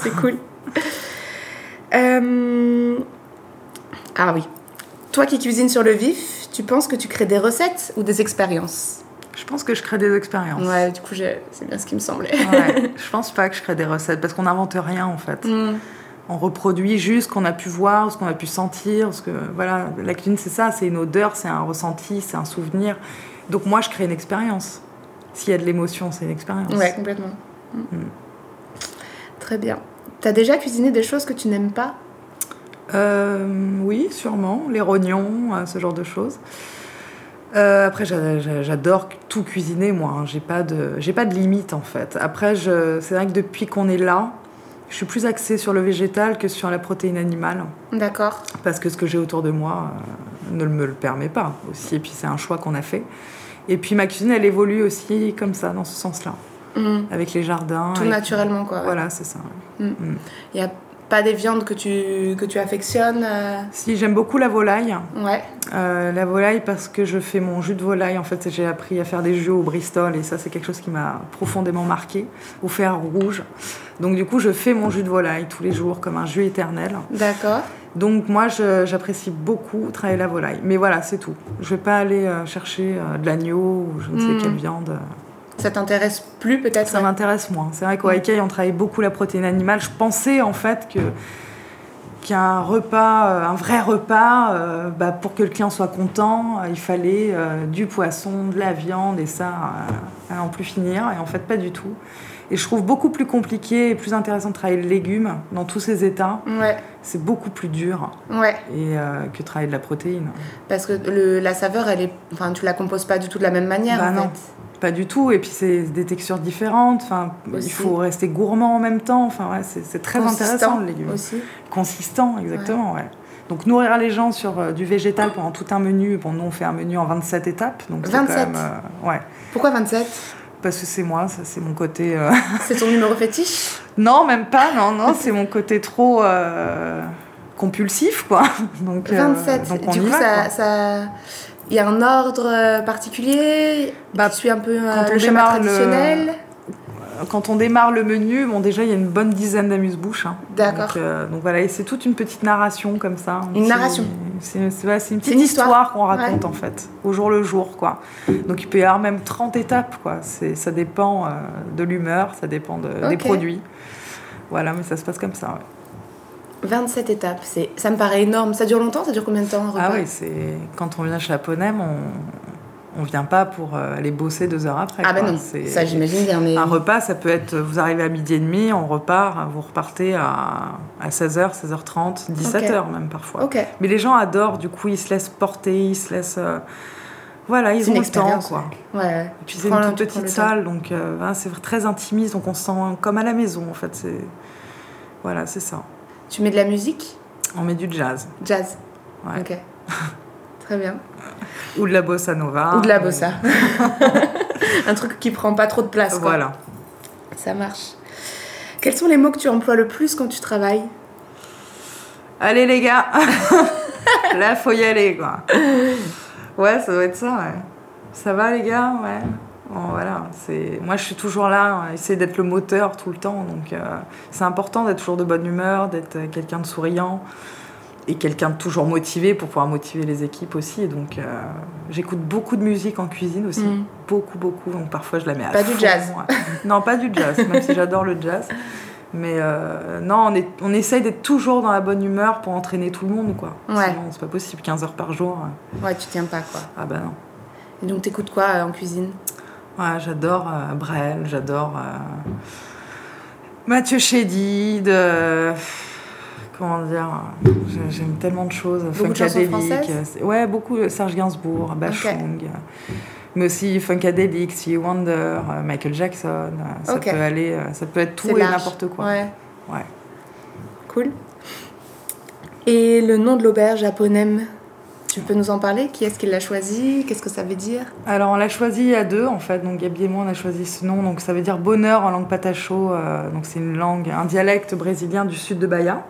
A: c'est cool. Euh, Ah oui. Toi qui cuisines sur le vif, tu penses que tu crées des recettes ou des expériences
B: Je pense que je crée des expériences.
A: Ouais, du coup j'ai- c'est bien ce qui me semblait.
B: Ouais. Je pense pas que je crée des recettes parce qu'on n'invente rien en fait.
A: Hmm.
B: on reproduit juste ce qu'on a pu voir, ce qu'on a pu sentir, ce que voilà, la cuisine c'est ça, c'est une odeur, c'est un ressenti, c'est un souvenir. Donc moi je crée une expérience. S'il y a de l'émotion, c'est une expérience.
A: Ouais, complètement. Mm.
B: Mm.
A: Très bien. T'as déjà cuisiné des choses que tu n'aimes pas
B: Euh, oui, sûrement, les rognons, euh, ce genre de choses. Euh, après, j'a- j'a- j'adore tout cuisiner, moi. hein. J'ai pas de, j'ai pas de limite en fait. Après, je- c'est vrai que depuis qu'on est là, je suis plus axée sur le végétal que sur la protéine animale.
A: D'accord.
B: parce que ce que j'ai autour de moi euh, ne me le permet pas aussi. Et puis c'est un choix qu'on a fait. Et puis ma cuisine, elle évolue aussi comme ça, dans ce sens-là,
A: Mm.
B: avec les jardins.
A: Tout
B: et-
A: naturellement quoi. ouais.
B: Voilà, c'est ça.
A: Il n'y a pas des viandes que tu, que tu affectionnes euh,
B: Si j'aime beaucoup la volaille,
A: Ouais.
B: Euh, la volaille parce que je fais mon jus de volaille. En fait, j'ai appris à faire des jus au Bristol et ça, c'est quelque chose qui m'a profondément marqué, au fer rouge. Donc du coup, je fais mon jus de volaille tous les jours comme un jus éternel.
A: D'accord.
B: Donc moi, je- j'apprécie beaucoup travailler la volaille. Mais voilà, c'est tout. Je vais pas aller euh, chercher euh, de l'agneau ou je ne sais
A: Mm.
B: quelle viande. euh,
A: Ça t'intéresse plus peut-être hein?
B: Ça m'intéresse moins. C'est vrai qu'au
A: Mm.
B: Haïkai, on travaille beaucoup la protéine animale. Je pensais en fait que qu'un repas, euh, un vrai repas, euh, bah, pour que le client soit content, euh, il fallait euh, du poisson, de la viande et ça euh, à en plus finir. Et en fait, pas du tout. Et je trouve beaucoup plus compliqué et plus intéressant de travailler le légume dans tous ses états.
A: Ouais,
B: C'est beaucoup plus dur
A: ouais.
B: et euh, que travailler de la protéine.
A: Parce que le, la saveur, elle est, enfin, tu la composes pas du tout de la même manière
B: Bah
A: en
B: non.
A: fait.
B: Pas du tout, et puis c'est des textures différentes, enfin,
A: Aussi.
B: il faut rester gourmand en même temps, enfin, ouais, c'est c'est très
A: Consistant
B: intéressant le légume.
A: Aussi.
B: Consistant, exactement, ouais. Donc nourrir les gens sur euh, du végétal pendant tout un menu, bon nous on fait un menu en 27 étapes, donc c'est quand
A: 27.
B: même... euh, ouais,
A: Pourquoi 27
B: parce que c'est moi, ça c'est mon côté... euh,
A: C'est ton numéro fétiche
B: non, même pas, non, non, c'est mon côté trop... euh, compulsif quoi donc euh,
A: 27.
B: donc on
A: du
B: y
A: coup,
B: va, quoi.
A: ça. ça- Il y a un ordre euh, particulier
B: Bah,
A: Tu suis un peu euh,
B: quand on
A: le schéma
B: démarre le-
A: traditionnel
B: quand on démarre le menu, bon déjà il y a une bonne dizaine d'amuse-bouches. hein.
A: D'accord.
B: Donc, euh, donc voilà, et c'est toute une petite narration comme ça. un
A: Une narration.
B: C'est c'est- ouais, c'est une petite
A: une histoire.
B: histoire, qu'on raconte en fait, au jour le jour quoi. Donc il peut y avoir même 30 étapes quoi. C'est- Ça dépend euh, de l'humeur, ça dépend de- des
A: Ok.
B: produits. Voilà, mais ça se passe comme ça. ouais.
A: 27 étapes, c'est... ça me paraît énorme. Ça dure longtemps Ça dure combien de temps un repas
B: Ah oui, c'est quand on vient chez Aponem, on on vient pas pour euh, aller bosser deux heures après.
A: Ah bah
B: quoi.
A: non,
B: C'est-
A: ça j'imagine bien, mais...
B: Un repas, ça peut être, vous arrivez à midi et demi, on repart, vous repartez à, à 16h, 16h30, 17h même parfois.
A: Ok.
B: Mais les gens adorent, du coup, ils se laissent porter, ils se laissent... euh, voilà, ils
A: C'est
B: ont
A: une
B: le temps,
A: expérience.
B: quoi.
A: Ouais, ouais.
B: Et puis
A: Tu
B: c'est une
A: prends-
B: toute
A: tu prends
B: petite
A: le temps.
B: salle, donc euh, voilà, c'est très intimiste, donc on se sent comme à la maison, en fait. C'est voilà, c'est ça.
A: Tu mets de la musique
B: On met du jazz
A: Jazz.
B: Ouais.
A: Ok. Très bien.
B: ou de la bossa nova
A: Ou de la bossa. Un truc qui prend pas trop de place. Quoi.
B: Voilà.
A: Ça marche. Quels sont les mots que tu emploies le plus quand tu travailles
B: Allez les gars, là faut y aller quoi. Ouais, ça doit être ça. Ouais. Ça va les gars, ouais. Bon, voilà, c'est moi je suis toujours là, hein, essayer d'être le moteur tout le temps. Donc euh, c'est important d'être toujours de bonne humeur, d'être euh, quelqu'un de souriant et quelqu'un de toujours motivé pour pouvoir motiver les équipes aussi. Donc euh, j'écoute beaucoup de musique en cuisine aussi,
A: Mhm.
B: beaucoup beaucoup. Donc parfois je la mets à
A: Pas du
B: fond,
A: jazz.
B: ouais. Non, pas du jazz, même si j'adore le jazz. Mais euh, non, on, est, on essaye d'être toujours dans la bonne humeur pour entraîner tout le monde, quoi.
A: Ouais.
B: Sinon, c'est pas possible, 15 heures par jour. euh,
A: Ouais, tu tiens pas quoi.
B: Ah bah non.
A: Et donc t'écoutes quoi euh, en cuisine
B: Ouais, j'adore euh, Brel, j'adore euh, Mathieu Chédid. euh, comment dire j'ai- J'aime tellement de choses.
A: Beaucoup de chansons
B: Funkadelic.
A: françaises
B: euh, c'est- ouais, beaucoup. euh, Serge Gainsbourg, Bachung. euh, Mais aussi Funkadelic, Stevie Wonder, euh, Michael Jackson. euh, Ça,
A: Ok.
B: peut aller, euh, ça peut être tout
A: C'est
B: et
A: large.
B: n'importe quoi.
A: Ouais.
B: Ouais.
A: Cool. Et le nom de l'auberge à Ponem, tu peux nous en parler Qui est-ce qui l'a choisi Qu'est-ce que ça veut dire
B: Alors on l'a choisi à deux en fait, donc Gabi et moi on a choisi ce nom, donc ça veut dire bonheur en langue patacho, euh, donc c'est une langue, un dialecte brésilien du sud de Bahia.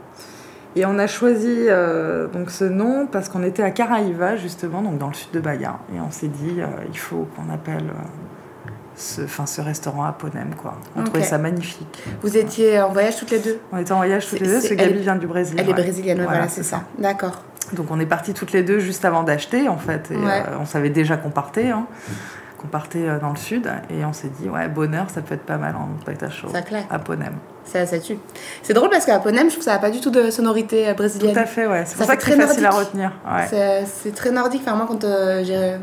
B: Et on a choisi euh, donc ce nom parce qu'on était à Caraïva justement, donc dans le sud de Bahia, et on s'est dit euh, il faut qu'on appelle euh, ce, enfin, ce restaurant à Ponem quoi. On
A: Ok.
B: trouvait ça magnifique.
A: Vous étiez en voyage toutes les deux
B: On était en voyage toutes
A: C'est-
B: les deux, parce
A: c'est-
B: que Gabi
A: elle est-
B: vient du Brésil.
A: Elle est
B: ouais.
A: brésilienne, ouais, voilà, c'est ça. D'accord.
B: Donc on est partis toutes les deux juste avant d'acheter en fait. Et,
A: Ouais.
B: euh, on savait déjà qu'on partait, hein, qu'on partait euh, dans le sud. Et on s'est dit ouais bonheur ça peut être pas mal hein, en pâte à chaud
A: Ça claque.
B: à Ponem.
A: Ça, ça tue. C'est drôle parce qu'à Ponem, je trouve que ça n'a pas du tout de sonorité euh,
B: Tout
A: brésilienne.
B: à fait ouais. C'est
A: Ça
B: pour ça
A: fait
B: que c'est
A: très
B: facile à
A: nordique.
B: retenir. Ouais.
A: C'est- euh, C'est très nordique. Enfin, moi, quand euh, j'ai-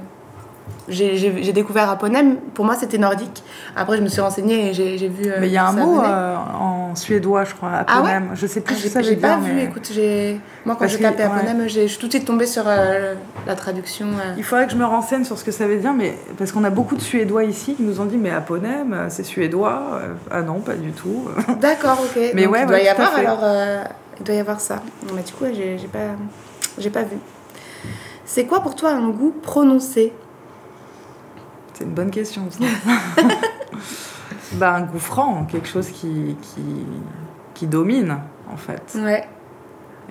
A: j'ai- j'ai j'ai découvert à Ponem, pour moi, c'était nordique. Après, je me suis renseignée et j'ai j'ai vu. euh,
B: Mais il y a
A: d'où
B: un
A: ça
B: mot
A: venait.
B: euh, en suédois je crois à
A: Ah ouais
B: Ponem. je sais plus
A: Ah,
B: ce
A: j'ai
B: que ça
A: j'ai
B: veut
A: pas
B: dire.
A: vu,
B: mais-
A: écoute, j'ai. Moi, quand
B: Parce
A: j'ai
B: que-
A: tapé à
B: ouais.
A: Ponem, j'ai- je suis tout de suite tombée sur euh, la traduction. euh.
B: Il faudrait que je me renseigne sur ce que ça veut dire, mais parce qu'on a beaucoup de Suédois ici qui nous ont dit mais à Ponem euh, c'est suédois. Euh, Ah non pas du tout.
A: D'accord, ok.
B: Mais
A: Donc,
B: ouais,
A: il doit
B: ouais,
A: y
B: tout à
A: avoir
B: fait.
A: alors. euh, il doit y avoir ça. Bon, bah, du coup, ouais, j'ai j'ai pas, j'ai pas vu. C'est quoi pour toi un goût prononcé
B: C'est une bonne question. ça. bah, un goût franc, quelque chose qui, qui, qui domine, en fait.
A: Ouais,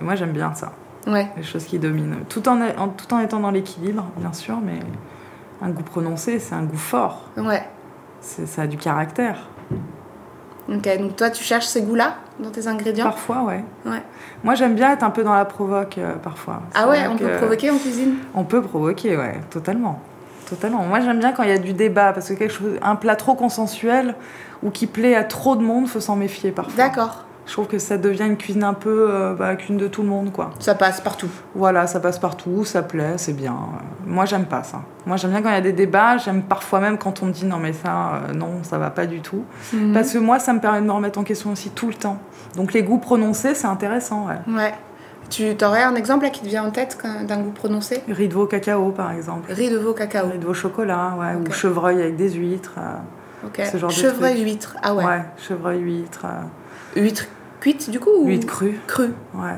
B: Et moi, j'aime bien ça,
A: ouais.
B: les choses qui dominent. Tout en, en- tout en étant dans l'équilibre, bien sûr, mais un goût prononcé, c'est un goût fort.
A: Ouais.
B: C'est, ça a du caractère.
A: Ok, donc toi, tu cherches ces goûts-là dans tes ingrédients
B: Parfois, ouais.
A: Ouais.
B: Moi, j'aime bien être un peu dans la provoque, euh, parfois. C'est
A: Ah ouais,
B: vrai
A: on
B: que-
A: peut provoquer en cuisine
B: On peut provoquer, ouais, totalement. Totalement. Moi, j'aime bien quand il y a du débat, parce que quelque chose, un plat trop consensuel ou qui plaît à trop de monde, faut s'en méfier parfois.
A: D'accord.
B: Je trouve que ça devient une cuisine un peu euh, bah, cuisine de tout le monde, quoi.
A: Ça passe partout.
B: Voilà, ça passe partout, ça plaît, c'est bien. Euh, Moi, j'aime pas ça. Moi, j'aime bien quand il y a des débats, j'aime parfois même quand on me dit non, mais ça, euh, non, ça va pas du tout.
A: Mhm.
B: Parce que moi, ça me permet de me remettre en question aussi tout le temps. Donc, les goûts prononcés, c'est intéressant, ouais.
A: Ouais. Tu t'aurais un exemple là qui te vient en tête quand- d'un goût prononcé
B: Riz de veau cacao, par exemple.
A: Riz de veau cacao.
B: Riz de veau chocolat, ouais,
A: Ok.
B: ou chevreuil avec des huîtres. euh,
A: Ok.
B: Ce genre de
A: Chevreuil huître. Ah ouais.
B: ouais. chevreuil, huître, euh,
A: Huître cuite du coup ou...
B: huître crue,
A: crue.
B: ouais.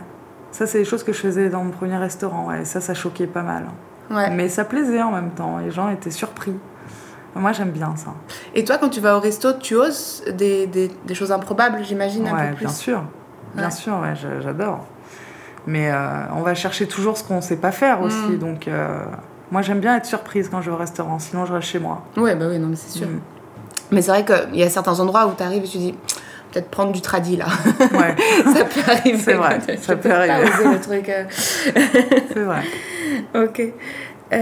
B: Ça, c'est des choses que je faisais dans mon premier restaurant, ouais. Ça, ça choquait pas mal.
A: Ouais.
B: Mais ça plaisait en même temps, les gens étaient surpris. Moi j'aime bien ça.
A: Et toi, quand tu vas au resto, tu oses des, des, des choses improbables, j'imagine, un
B: Ouais,
A: peu plus.
B: bien sûr, bien
A: Ouais.
B: sûr, ouais, j'a- j'adore. Mais euh, on va chercher toujours ce qu'on sait pas faire aussi.
A: Mm.
B: Donc euh, moi j'aime bien être surprise quand je vais au restaurant, sinon je reste chez moi.
A: Ouais, bah oui, non, mais c'est sûr.
B: Mm.
A: Mais c'est vrai qu'il y a certains endroits où tu arrives et tu dis peut-être prendre du tradi là.
B: Ouais,
A: ça peut arriver.
B: C'est vrai,
A: quand-
B: ça
A: je
B: peut
A: peux
B: arriver.
A: Pas oser le truc. euh.
B: c'est vrai.
A: Ok.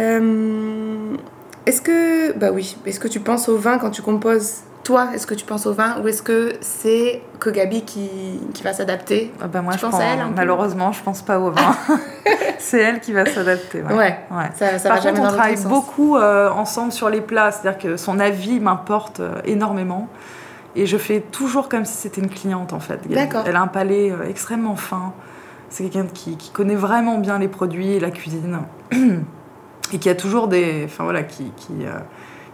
A: Euh, est-ce que. Bah oui. Est-ce que tu penses au vin quand tu composes Toi, est-ce que tu penses au vin Ou est-ce que c'est que Gabi qui, qui va s'adapter
B: Ah bah, moi,
A: Tu
B: je
A: penses
B: pense-
A: à elle un peu
B: malheureusement, je pense pas au vin. c'est elle qui va s'adapter. ouais.
A: Ouais.
B: Ouais.
A: Ça, ça
B: Par
A: va jamais
B: contre, on
A: dans
B: travaille
A: l'autre sens.
B: beaucoup euh, ensemble sur les plats, c'est-à-dire que son avis m'importe euh, énormément. Et je fais toujours comme si c'était une cliente en fait. Elle-
A: D'accord.
B: Elle a un palais euh, extrêmement fin. C'est quelqu'un qui, qui connaît vraiment bien les produits et la cuisine. et qui a toujours des. Enfin voilà, qui, qui, euh,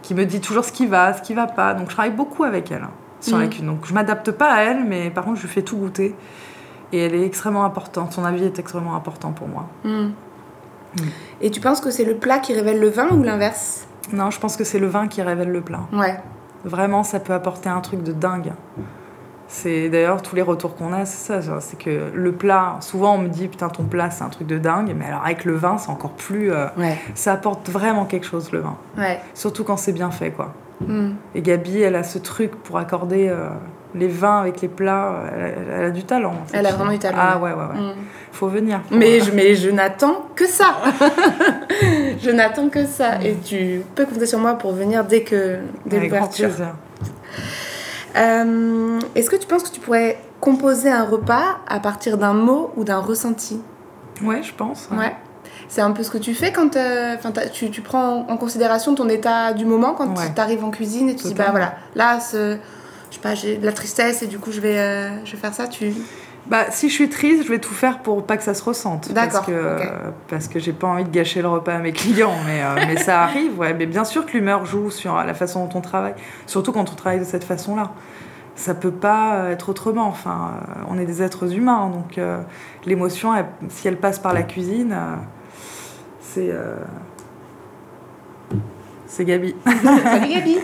B: qui me dit toujours ce qui va, ce qui va pas. Donc je travaille beaucoup avec elle hein, sur
A: Mhm.
B: la cuisine. Donc je m'adapte pas à elle, mais par contre je lui fais tout goûter. Et elle est extrêmement importante. Son avis est extrêmement important pour moi.
A: Hmm. Et tu penses que c'est le plat qui révèle le vin ou l'inverse
B: Non, je pense que c'est le vin qui révèle le plat.
A: Ouais.
B: Vraiment, ça peut apporter un truc de dingue. C'est d'ailleurs tous les retours qu'on a, c'est ça. genre, C'est que le plat, souvent on me dit putain ton plat c'est un truc de dingue, mais alors avec le vin c'est encore plus. euh,
A: Ouais.
B: ça apporte vraiment quelque chose le vin.
A: Ouais.
B: Surtout quand c'est bien fait quoi.
A: Hmm.
B: Et Gabi, elle a ce truc pour accorder euh, les vins avec les plats. Elle, elle- elle a du talent. cette
A: Elle a
B: fille.
A: vraiment du talent,
B: Ah ouais, ouais, ouais.
A: Hmm.
B: Faut venir. faut-
A: Mais je, mais je n'attends que ça. je n'attends que ça. Et tu peux compter sur moi pour venir dès que dès
B: Avec grand
A: l'ouverture.
B: plaisir.
A: Euh, Est-ce que tu penses que tu pourrais composer un repas à partir d'un mot ou d'un ressenti
B: Ouais, je pense.
A: Ouais. C'est un peu ce que tu fais quand euh, 'fin, t'as- tu, tu prends en considération ton état du moment quand
B: Ouais.
A: tu arrives en cuisine et tu dis bah
B: Totalement.
A: voilà là ce- je sais pas j'ai de la tristesse et du coup je vais euh, je vais faire ça tu
B: Bah, si je suis triste, je vais tout faire pour pas que ça se ressente.
A: D'accord,
B: Parce que, euh, parce que j'ai pas envie de gâcher le repas à mes clients. Mais, euh, mais ça arrive, ouais. Mais bien sûr que l'humeur joue sur la façon dont on travaille. Surtout quand on travaille de cette façon-là. Ça peut pas euh, être autrement. Enfin, euh, on est des êtres humains. Donc, euh, l'émotion, elle- si elle passe par la cuisine, euh, c'est. euh, C'est Gabi.
A: salut Gabi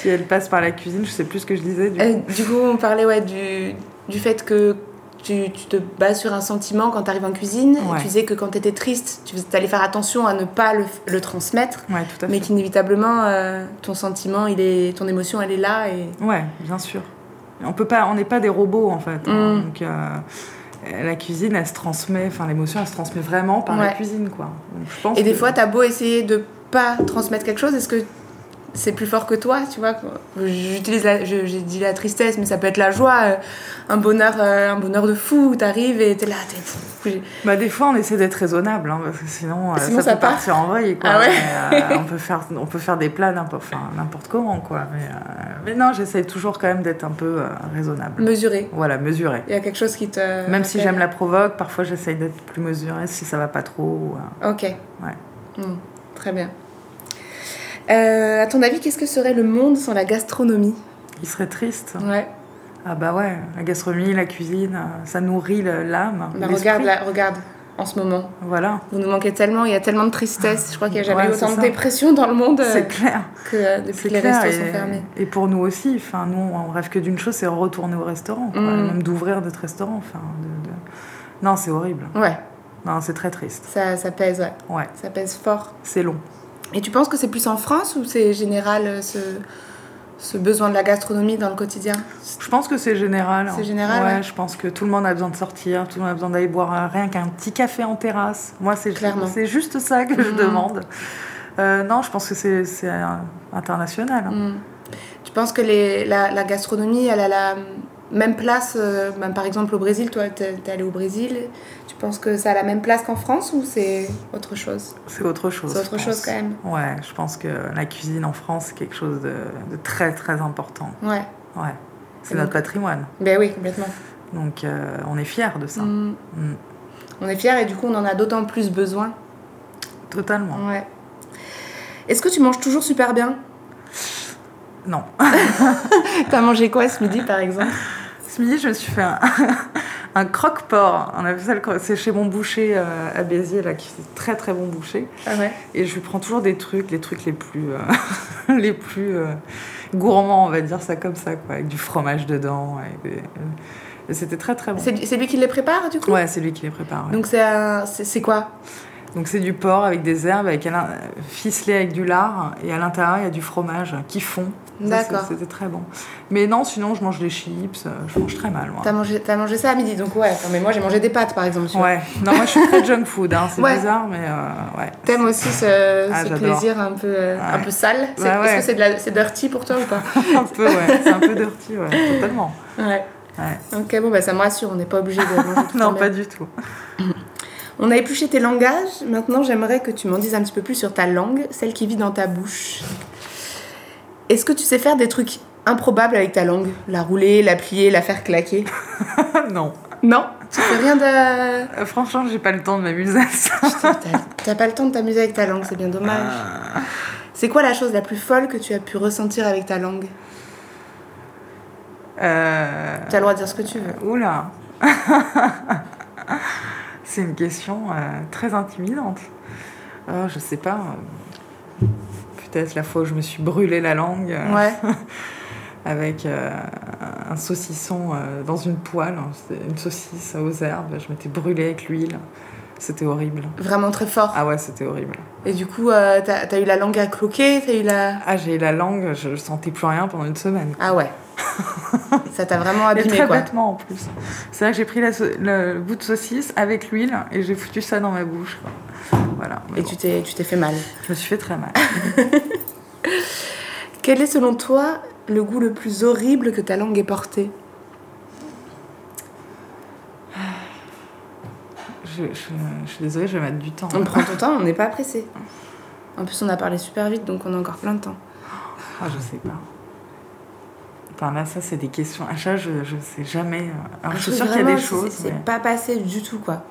B: si elle passe par la cuisine, je sais plus ce que je disais. Du coup.
A: Euh, du coup, on parlait ouais, du, du fait que tu, tu te bases sur un sentiment quand tu arrives en cuisine. Et
B: Ouais.
A: tu disais que quand tu étais triste, tu allais faire attention à ne pas le, le transmettre,
B: Ouais, tout à fait.
A: mais qu'inévitablement, euh, ton sentiment, il est, ton émotion, elle est là. Et...
B: Ouais, bien sûr. On peut pas, on n'est pas des robots en fait. hein.
A: Mm.
B: Donc euh, la cuisine, elle se transmet, enfin l'émotion, elle se transmet vraiment par la
A: Ouais.
B: cuisine quoi. Donc, je pense
A: et des
B: que-
A: fois, tu as beau essayer de pas transmettre quelque chose, est-ce que c'est plus fort que toi, tu vois quoi J'utilise la- je- j'ai dit la tristesse, mais ça peut être la joie, euh, un bonheur, euh, un bonheur de fou. T'arrives et t'es là, t'es
B: Bah, des fois, on essaie d'être raisonnable, hein, parce que sinon, euh,
A: Sinon,
B: ça,
A: ça
B: peut
A: part.
B: partir en vrille. Quoi.
A: Ah ouais
B: Mais, euh, on, peut faire, on peut faire des plats n'importe enfin, n'importe comment. Quoi. Mais, euh, mais non, j'essaie toujours quand même d'être un peu euh, raisonnable.
A: mesuré.
B: Voilà, mesuré.
A: Il y a quelque chose qui te.
B: Même si
A: rappelle.
B: j'aime la provoque, parfois j'essaie d'être plus mesurée si ça va pas trop. ou, euh,
A: Ok. Hmm, très bien. Euh, à ton avis, qu'est-ce que serait le monde sans la gastronomie
B: Il serait triste.
A: Ouais.
B: Ah bah ouais, la gastronomie, la cuisine, euh, ça nourrit le- l'âme.
A: Bah,
B: l'esprit.
A: regarde, là, regarde, en ce moment.
B: Voilà,
A: Vous nous manquez tellement, il y a tellement de tristesse. Je crois qu'il n'y a jamais
B: Ouais,
A: eu autant
B: c'est
A: de
B: ça.
A: dépression dans le monde euh,
B: c'est clair.
A: que euh, depuis
B: C'est
A: que les
B: clair,
A: restos
B: et,
A: sont fermés.
B: et pour nous aussi, enfin, nous on rêve que d'une chose, c'est retourner au restaurant, quoi.
A: Mm.
B: même d'ouvrir d'autres restaurants. Enfin, de- de- Non, c'est horrible.
A: Ouais,
B: Non, c'est très triste.
A: ça, ça pèse, ouais.
B: Ouais,
A: Ça pèse fort.
B: c'est long.
A: Et tu penses que c'est plus en France ou c'est général euh, ce, ce besoin de la gastronomie dans le quotidien
B: Je pense que c'est général. hein.
A: C'est général,
B: Ouais,
A: ouais.
B: je pense que tout le monde a besoin de sortir, tout le monde a besoin d'aller boire un- rien qu'un petit café en terrasse. Moi, c'est
A: Clairement.
B: c'est juste ça que je
A: Mm.
B: demande. Euh, non, je pense que c'est c'est, euh, international. hein.
A: Hmm. Tu penses que les, la, la gastronomie, elle a la même place, euh, même par exemple au Brésil, toi, t'es t'es allé au Brésil, tu penses que ça a la même place qu'en France ou c'est autre chose
B: C'est autre chose.
A: C'est autre
B: je
A: chose
B: pense.
A: quand même.
B: Ouais, je pense que la cuisine en France, c'est quelque chose de, de très très important.
A: Ouais,
B: Ouais. C'est
A: Et
B: notre
A: donc-
B: patrimoine.
A: ben oui, complètement.
B: Donc euh, on est fiers de ça.
A: Hmm.
B: Mm.
A: On est fiers et du coup, on en a d'autant plus besoin.
B: Totalement.
A: Ouais. Est-ce que tu manges toujours super bien
B: Non.
A: T'as mangé quoi ce midi par exemple
B: Ce midi, je me suis fait un, un croque-port. On appelle ça le croque- C'est chez mon boucher euh, à Béziers, là, qui est très très bon boucher.
A: Ah ouais
B: Et je lui prends toujours des trucs, les trucs les plus, euh, les plus euh, gourmands, on va dire ça comme ça, quoi, avec du fromage dedans. Et, des- et c'était très très bon.
A: C'est c'est lui qui les prépare du coup
B: Ouais, c'est lui qui les prépare. ouais.
A: Donc c'est un- c'est c'est quoi
B: Donc c'est du porc avec des herbes, avec à l'in- ficelé avec du lard, et à l'intérieur il y a du fromage qui fond. Ça,
A: D'accord.
B: c'est- C'était très bon. Mais non, sinon je mange des chips, euh, je mange très mal moi.
A: T'as mangé, t'as mangé ça à midi, donc ouais. Enfin, mais moi j'ai mangé des pâtes par exemple. tu vois.
B: Ouais, non moi je suis très junk food, hein. c'est
A: Ouais.
B: bizarre mais euh, ouais.
A: T'aimes aussi ce,
B: Ah,
A: ce
B: j'adore.
A: plaisir un peu, euh,
B: Ouais.
A: un peu sale C'est-
B: Ouais, ouais.
A: Est-ce que c'est de la- c'est dirty pour toi ou pas
B: un peu ouais, c'est un peu dirty ouais, totalement.
A: Ouais.
B: Ouais.
A: Ok, bon, bah, ça me rassure, on n'est pas obligé de manger tout le temps
B: Non
A: bien.
B: pas du tout.
A: On a épluché tes langages, maintenant j'aimerais que tu m'en dises un petit peu plus sur ta langue, celle qui vit dans ta bouche. Est-ce que tu sais faire des trucs improbables avec ta langue La rouler, la plier, la faire claquer
B: non.
A: Non, tu fais rien de.
B: Euh, franchement, j'ai pas le temps de m'amuser à ça.
A: Putain, t'as- T'as pas le temps de t'amuser avec ta langue, c'est bien dommage.
B: Ah.
A: C'est quoi la chose la plus folle que tu as pu ressentir avec ta langue
B: Euh,
A: T'as le droit de dire ce que tu veux.
B: Oula C'est une question euh, très intimidante. Ah, je sais pas. euh, Peut-être la fois où je me suis brûlé la langue euh,
A: Ouais.
B: avec euh, un saucisson euh, dans une poêle, hein, c'était une saucisse aux herbes. Je m'étais brûlée avec l'huile. C'était horrible.
A: Vraiment très fort.
B: Ah ouais, c'était horrible.
A: Et du coup, euh, t'as t'as eu la langue à cloquer, t'as eu la.
B: Ah, j'ai eu la langue, je sentais plus rien pendant une semaine.
A: Ah ouais. Ça t'a vraiment
B: Et
A: abîmé
B: très
A: quoi.
B: bêtement en plus. C'est vrai que j'ai pris la sau- le bout de saucisse avec l'huile et j'ai foutu ça dans ma bouche. quoi. Voilà. Mais
A: Et
B: bon,
A: tu t'es tu t'es fait mal.
B: Je me suis fait très mal.
A: Quel est selon toi le goût le plus horrible que ta langue ait porté
B: Je, je- je suis désolée, je vais mettre du temps. hein.
A: On prend ton temps, on n'est pas pressé. En plus, on a parlé super vite, donc on a encore plein de temps.
B: Ah, je sais pas. Enfin, là, ça, c'est des questions. À ça, je, je sais jamais. hein. Alors, je suis sûre qu'il y a
A: Vraiment,
B: des
A: Ah, c'est-
B: choses.
A: C'est
B: mais-
A: pas passé du tout quoi.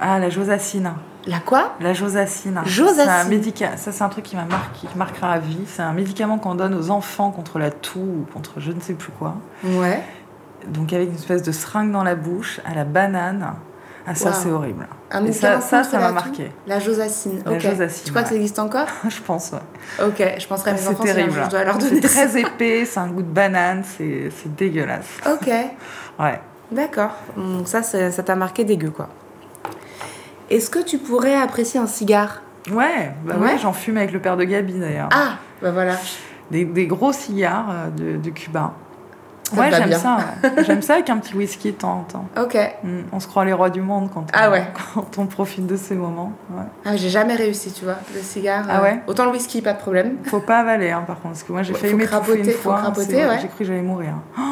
B: Ah, la josacine.
A: La quoi
B: La josacine.
A: Josacine.
B: C'est un médica- Ça, c'est un truc qui m'a marqué, qui marquera à vie. C'est un médicament qu'on donne aux enfants contre la toux ou contre je ne sais plus quoi.
A: Ouais.
B: Donc avec une espèce de seringue dans la bouche, à la banane. Ah ça
A: Waouh.
B: c'est horrible.
A: Un
B: Et ça,
A: médicament
B: ça,
A: contre
B: ça m'a
A: la toux
B: marqué.
A: La josacine.
B: La
A: ok.
B: josacine,
A: Tu crois que ça
B: ouais.
A: existe encore
B: je pense. ouais.
A: Ok, je penserai à mes
B: C'est
A: enfants si un jour
B: terrible. hein.
A: je dois leur
B: C'est
A: donner ça.
B: très épais, c'est un goût de banane, c'est c'est dégueulasse.
A: Ok,
B: Ouais.
A: d'accord. Donc ça, c'est- ça t'a marqué dégueu, quoi. Est-ce que tu pourrais apprécier un cigare
B: Ouais, bah
A: Ouais.
B: ouais, j'en fume avec le père de Gabi d'ailleurs.
A: Ah, bah voilà.
B: Des, des gros cigares euh, de, de Cuba.
A: Ça
B: Ouais,
A: me va
B: j'aime
A: bien.
B: ça. ouais. J'aime ça avec un petit whisky de temps en temps.
A: Ok.
B: Mm, On se croit les rois du monde quand on,
A: Ah ouais.
B: quand on profite de ces moments. Ouais.
A: Ah, j'ai jamais réussi, tu vois, le cigare.
B: Ah
A: euh,
B: ouais
A: Autant le whisky, pas de problème.
B: Faut pas avaler, hein, par contre, parce que moi j'ai
A: Ouais,
B: failli
A: faut
B: m'étouffer une
A: crapoter, faut
B: fois. hein,
A: crapoter,
B: c'est-
A: ouais.
B: J'ai cru que j'allais mourir. Oh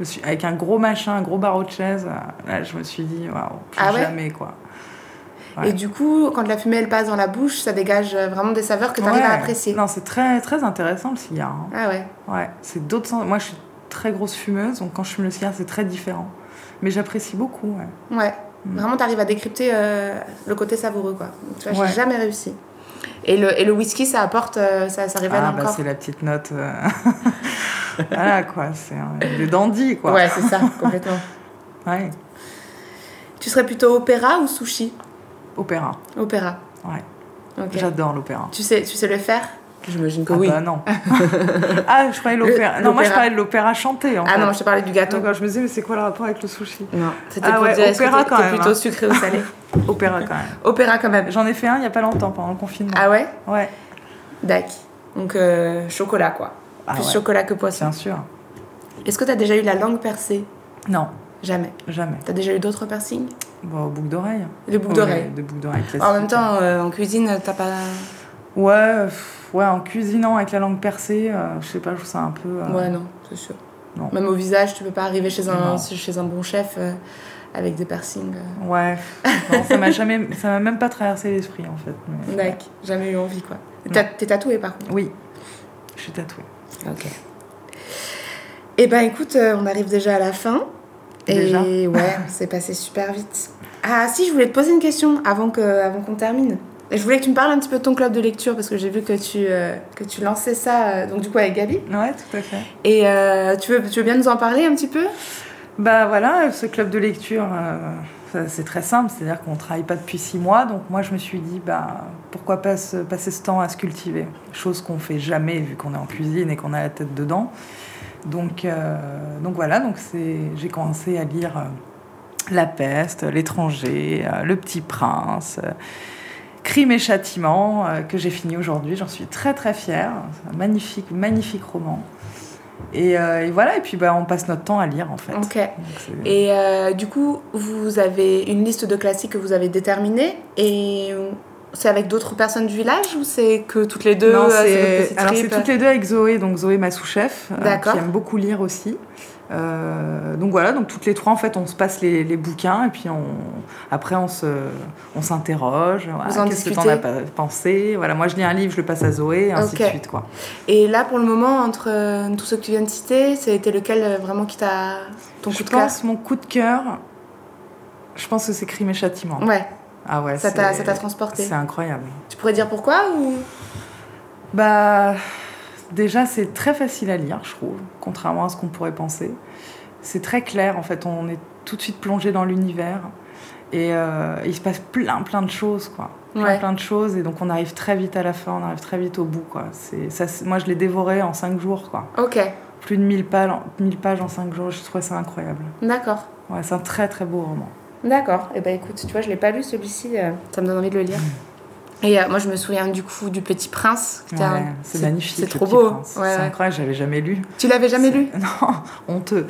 B: je suis, avec un gros machin, un gros barreau de chaise, euh, là, je me suis dit, waouh, plus
A: Ah ouais
B: jamais quoi. Ouais.
A: Et du coup, quand la fumée, elle passe dans la bouche, ça dégage euh, vraiment des saveurs que t'arrives
B: Ouais.
A: à apprécier.
B: Non, c'est très, très intéressant le cigare. hein.
A: Ah ouais.
B: Ouais, c'est d'autres sens. Moi je suis très grosse fumeuse, donc quand je fume le cigare, c'est très différent. Mais j'apprécie beaucoup. ouais.
A: Ouais.
B: Mm.
A: Vraiment, t'arrives à décrypter euh, le côté savoureux, quoi. Tu vois,
B: Ouais.
A: j'ai jamais réussi. Et le, et le whisky, ça apporte, euh, ça, ça révèle
B: Ah, bah
A: encore.
B: c'est la petite note. euh, voilà quoi, c'est euh, des dandies quoi.
A: ouais, c'est ça, complètement.
B: Ouais,
A: Tu serais plutôt opéra ou sushi
B: opéra.
A: Opéra.
B: Ouais,
A: Ok.
B: j'adore l'opéra.
A: Tu sais, tu sais le faire J'imagine que
B: Ah bah non. ah, je parlais de l'opéra.
A: Le-
B: Non, moi je
A: l'opéra.
B: parlais de l'opéra chanté. En
A: Ah
B: fait.
A: non, je te parlais du gâteau.
B: Donc, quand je me disais, mais c'est quoi le rapport avec le sushi
A: Non, c'était
B: Ah
A: pour
B: ouais,
A: dire est-ce que
B: opéra
A: t'es-
B: quand
A: t'es
B: même,
A: plutôt
B: hein.
A: sucré ou salé
B: Opéra quand même.
A: Opéra quand même.
B: J'en ai fait un il n'y a pas longtemps pendant le confinement.
A: Ah ouais
B: ouais.
A: Dac. Donc euh, chocolat quoi.
B: Ah
A: Plus
B: ouais,
A: chocolat que poisson.
B: Bien sûr.
A: Est-ce que t'as déjà eu la langue percée
B: Non,
A: Jamais.
B: jamais.
A: T'as déjà eu d'autres piercings
B: Bon, boucle d'oreille.
A: Les boucles
B: Ouais, Bah,
A: d'oreilles.
B: Des boucles d'oreille classiques.
A: En même temps, euh, en cuisine, t'as pas.
B: Ouais, euh, pff, ouais, en cuisinant avec la langue percée, euh, je sais pas, je trouve ça un peu. euh,
A: Ouais, non, c'est sûr.
B: Non.
A: Même au visage, tu peux pas arriver chez un,
B: Non.
A: chez un bon chef euh, avec des piercings. euh.
B: Ouais. Non, ça m'a jamais, ça m'a même pas traversé l'esprit en fait. mais-
A: Dac. Jamais eu envie quoi. T'as- T'es tatoué par contre
B: Oui. Je suis tatouée.
A: Ok. Eh ben écoute, euh, on arrive déjà à la fin.
B: Déjà
A: Et ouais, c'est passé super vite. Ah si, je voulais te poser une question avant que avant qu'on termine. Et je voulais que tu me parles un petit peu de ton club de lecture parce que j'ai vu que tu euh, que tu lançais ça euh, donc du coup avec Gabi.
B: Ouais, tout à fait.
A: Et euh, tu veux tu veux bien nous en parler un petit peu
B: Bah voilà, ce club de lecture, euh, ça, c'est très simple, c'est-à-dire qu'on ne travaille pas depuis six mois, donc moi je me suis dit, bah, pourquoi pas se- passer ce temps à se cultiver Chose qu'on fait jamais vu qu'on est en cuisine et qu'on a la tête dedans. Donc, euh, donc voilà, donc c'est, j'ai commencé à lire euh, La peste, L'étranger, euh, Le Petit Prince. euh, Crime et châtiment, euh, que j'ai fini aujourd'hui. J'en suis très très fière. C'est un magnifique, magnifique roman. Et, euh, et voilà, et puis bah, on passe notre temps à lire en fait.
A: Ok.
B: Donc, c'est-
A: Et euh, du coup, vous avez une liste de classiques que vous avez déterminée et c'est avec d'autres personnes du village ou c'est que toutes les deux
B: Non,
A: euh,
B: c'est-
A: votre petite
B: alors c'est
A: trip
B: toutes les deux avec Zoé, donc Zoé ma sous-chef, euh,
A: D'accord.
B: qui aime beaucoup lire aussi. Euh, donc voilà, donc toutes les trois, en fait, on se passe les, les bouquins et puis on, après on se, on s'interroge.
A: Vous en
B: Ah, Qu'est-ce que t'en
A: discutez
B: as pas- pensé Voilà, moi je lis un livre, je le passe à Zoé, et ainsi
A: Ok.
B: de suite, quoi.
A: Et là, pour le moment, entre euh, tous ceux que tu viens de citer, c'était lequel euh, vraiment qui t'a. ton
B: je
A: coup de cœur
B: pense mon coup de cœur. Je pense que c'est Crime et Châtiment.
A: Ouais,
B: Ah ouais.
A: ça t'a
B: c'est-
A: ça t'a transporté.
B: C'est incroyable.
A: Tu pourrais dire pourquoi ou...
B: Bah, déjà, c'est très facile à lire, je trouve, contrairement à ce qu'on pourrait penser. C'est très clair, en fait, on est tout de suite plongé dans l'univers. Et euh, il se passe plein, plein de choses, quoi. Plein,
A: Ouais.
B: plein de choses. Et donc, on arrive très vite à la fin, on arrive très vite au bout, quoi. C'est- Ça, c'est- moi, je l'ai dévoré en cinq jours, quoi.
A: Ok,
B: Plus de 1000 pages, 1000 pages en cinq jours, je trouvais ça incroyable.
A: d'accord.
B: Ouais, c'est un très, très beau roman.
A: D'accord. Et eh ben écoute, tu vois, je l'ai pas lu celui-ci. euh, ça me donne envie de le lire. Et euh, moi, je me souviens du coup du Petit Prince. qui était
B: Ouais,
A: un-
B: c'est magnifique.
A: C'est
B: Le
A: trop
B: Petit
A: beau.
B: Prince.
A: Ouais,
B: c'est
A: ouais.
B: incroyable, j'avais jamais lu.
A: Tu l'avais jamais lu
B: C'est- Non, honteux.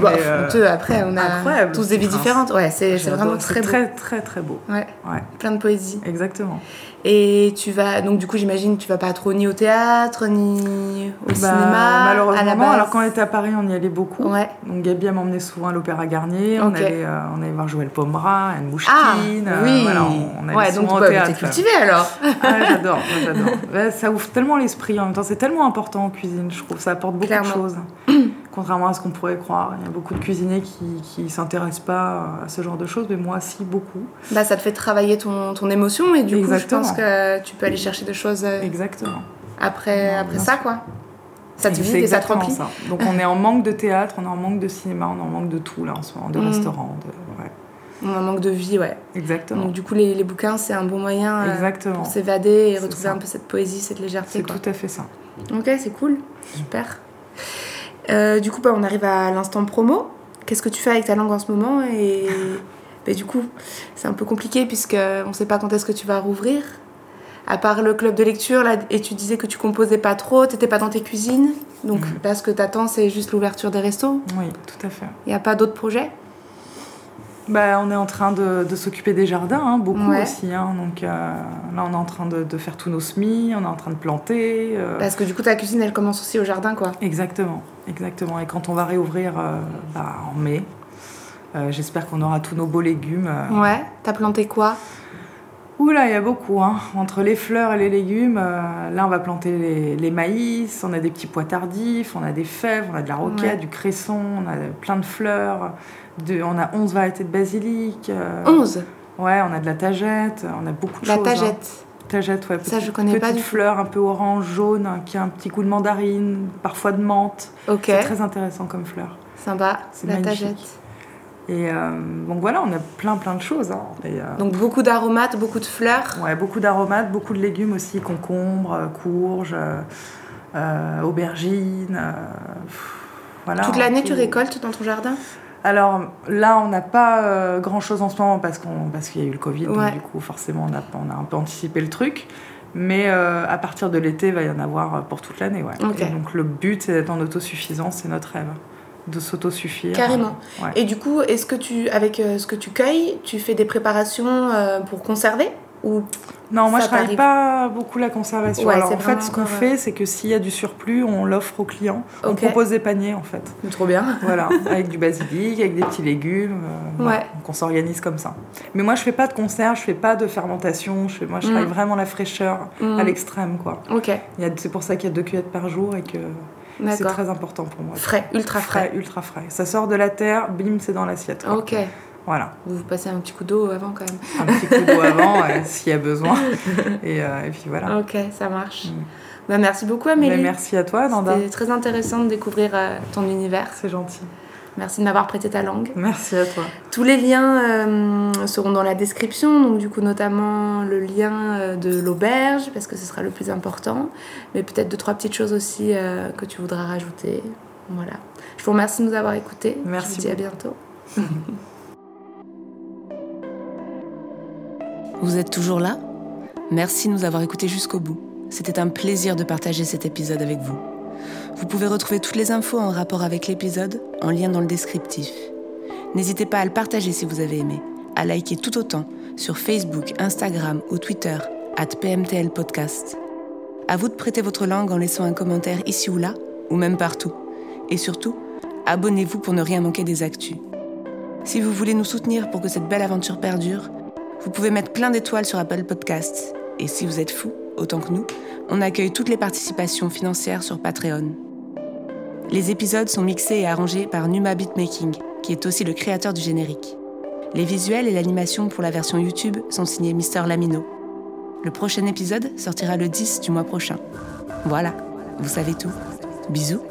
A: Bon,
B: Mais, euh,
A: honteux, après, on a
B: incroyable,
A: tous des vies
B: Petit Prince.
A: différentes. Ouais, c'est c'est
B: Ah, J'adore.
A: vraiment très beau.
B: très, très, très beau.
A: Ouais.
B: Ouais.
A: Plein de poésie.
B: Exactement.
A: Et tu vas donc du coup, j'imagine, tu vas pas trop ni au théâtre ni au
B: Bah,
A: cinéma. à la
B: malheureusement,
A: base.
B: alors quand on était euh, à Paris, on y allait beaucoup.
A: Ouais.
B: Donc Gabi elle m'emmenait souvent à l'Opéra Garnier. On,
A: Ok.
B: allait, euh, on allait voir Joël Pomera, Anne Mouchkine.
A: Ah
B: euh,
A: oui.
B: voilà, on, on allait
A: ouais, donc
B: souvent au
A: bah, t'es
B: théâtre.
A: cultivée alors.
B: Ah, ouais, j'adore, moi, j'adore. Ouais, ça ouvre tellement l'esprit. En même temps, c'est tellement important en cuisine, je trouve. Ça apporte beaucoup
A: Clairement.
B: de choses. Contrairement à ce qu'on pourrait croire. Il y a beaucoup de cuisiniers qui qui s'intéressent pas à ce genre de choses, mais moi, si, beaucoup.
A: Bah, ça te fait travailler ton, ton émotion et du
B: Exactement.
A: coup, je pense que tu peux aller chercher des choses euh,
B: Exactement.
A: après,
B: Non,
A: après
B: bien
A: ça, quoi. Ça te
B: C'est
A: vide et ça te
B: exactement
A: remplit.
B: ça. Donc on est en manque de théâtre, on est en manque de cinéma, on est en manque de tout là en ce moment, de
A: Mm.
B: restaurants. De... ouais.
A: On a un manque de vie, ouais.
B: Exactement.
A: Donc, du coup, les, les bouquins, c'est un bon moyen euh,
B: Exactement.
A: pour s'évader et
B: C'est
A: retrouver
B: ça.
A: un peu cette poésie, cette légèreté,
B: C'est
A: quoi.
B: tout à fait ça.
A: Ok, c'est cool. Super. Euh, du coup, bah, on arrive à l'instant promo. Qu'est-ce que tu fais avec ta langue en ce moment Et bah, du coup, c'est un peu compliqué puisque on ne sait pas quand est-ce que tu vas rouvrir. À part le club de lecture, là, et tu disais que tu composais pas trop, t'étais pas dans tes cuisines. Donc
B: Mhm.
A: là, ce que t'attends, c'est juste l'ouverture des restos.
B: Oui, tout à fait.
A: Il n'y a pas d'autres projets
B: Bah, on est en train de, de s'occuper des jardins, hein, beaucoup
A: Ouais.
B: aussi. hein. Donc euh, là, on est en train de, de faire tous nos semis, on est en train de planter. euh,
A: Parce que du coup, ta cuisine, elle commence aussi au jardin, quoi.
B: Exactement, exactement. Et quand on va réouvrir euh, bah, en mai, euh, j'espère qu'on aura tous nos beaux légumes. euh,
A: Ouais. T'as planté quoi
B: Oula, il y a beaucoup, hein. Entre les fleurs et les légumes, euh, là, on va planter les, les maïs, on a des petits pois tardifs, on a des fèves, on a de la roquette,
A: Ouais.
B: du cresson, on a plein de fleurs, de, on a 11 variétés de basilic. euh,
A: 11.
B: Ouais, on a de la tagette, on a beaucoup de
A: Oh. La
B: choses. hein.
A: tagette.
B: Tagette, ouais.
A: Ça, je connais pas
B: petite
A: du tout.
B: fleur un peu orange, jaune, hein, qui a un petit goût de mandarine, parfois de menthe.
A: Ok.
B: C'est très intéressant comme fleur.
A: Sympa.
B: C'est
A: La
B: magnifique.
A: tagette.
B: Et euh, donc voilà, on a plein plein de choses. hein. Et, euh,
A: Donc beaucoup d'aromates, beaucoup de fleurs.
B: Ouais, beaucoup d'aromates, beaucoup de légumes aussi, concombres, euh, courges, euh, euh, aubergines. euh, pff, voilà,
A: Toute l'année,
B: tout.
A: tu récoltes dans ton jardin
B: Alors là, on n'a pas grand chose en ce moment parce qu'on parce qu'il y a eu le Covid,
A: Ouais.
B: donc du coup, forcément, on a, on a un peu anticipé le truc. Mais euh, à partir de l'été, il va y en avoir pour toute l'année. Ouais.
A: Ok.
B: Et donc le but, c'est d'être en autosuffisance, c'est notre rêve, de s'autosuffire.
A: Carrément.
B: Ouais.
A: Et du coup, est-ce que tu, avec euh, ce que tu cueilles, tu fais des préparations euh, pour conserver ou
B: Non, moi
A: Ça
B: je
A: t'arrive.
B: travaille pas beaucoup la conservation.
A: Ouais,
B: Alors
A: c'est
B: en fait,
A: vraiment
B: ce qu'on
A: encore,
B: fait, c'est que s'il y a du surplus, on l'offre aux clients. On
A: Ok.
B: propose des paniers en fait.
A: Trop bien.
B: Voilà, avec du basilic, avec des petits légumes. euh,
A: Ouais.
B: voilà. Donc on s'organise comme ça. Mais moi je fais pas de conserve, je fais pas de fermentation. Je fais, moi je
A: Mm.
B: travaille vraiment la fraîcheur
A: Mm.
B: à l'extrême quoi.
A: Ok,
B: Il y a- C'est pour ça qu'il y a deux cueillettes par jour et que c'est
A: d'accord.
B: très important pour moi.
A: Frais, ultra frais.
B: ultra frais. Ça sort de la terre, bim, c'est dans l'assiette. quoi.
A: Ok.
B: Voilà.
A: Vous vous passez un petit coup d'eau avant quand même.
B: Un petit coup d'eau avant euh, s'il y a besoin. Et, euh, et puis voilà.
A: Ok, ça marche.
B: Mm.
A: Bah, merci beaucoup
B: Mais
A: Ah, Amélie.
B: merci à toi, Nanda.
A: C'était très intéressant de découvrir euh, ton univers.
B: C'est gentil.
A: Merci de m'avoir prêté ta langue.
B: Merci à toi.
A: Tous les liens euh, seront dans la description, donc du coup notamment le lien euh, de l'auberge, parce que ce sera le plus important, mais peut-être deux, trois petites choses aussi euh, que tu voudras rajouter. Voilà. Je vous remercie de nous avoir écoutés.
B: Merci
A: Je vous dis à bientôt.
C: Vous êtes toujours là Merci de nous avoir écoutés jusqu'au bout. C'était un plaisir de partager cet épisode avec vous. Vous pouvez retrouver toutes les infos en rapport avec l'épisode en lien dans le descriptif. N'hésitez pas à le partager si vous avez aimé, à liker tout autant sur Facebook, Instagram ou Twitter, at PMTL Podcast. À vous de prêter votre langue en laissant un commentaire ici ou là, ou même partout. Et surtout, abonnez-vous pour ne rien manquer des actus. Si vous voulez nous soutenir pour que cette belle aventure perdure, vous pouvez mettre plein d'étoiles sur Apple Podcasts. Et si vous êtes fou, autant que nous, on accueille toutes les participations financières sur Patreon. Les épisodes sont mixés et arrangés par Numa Beatmaking, qui est aussi le créateur du générique. Les visuels et l'animation pour la version YouTube sont signés Mister Lamino. Le prochain épisode sortira le 10 du mois prochain. Voilà, vous savez tout. Bisous.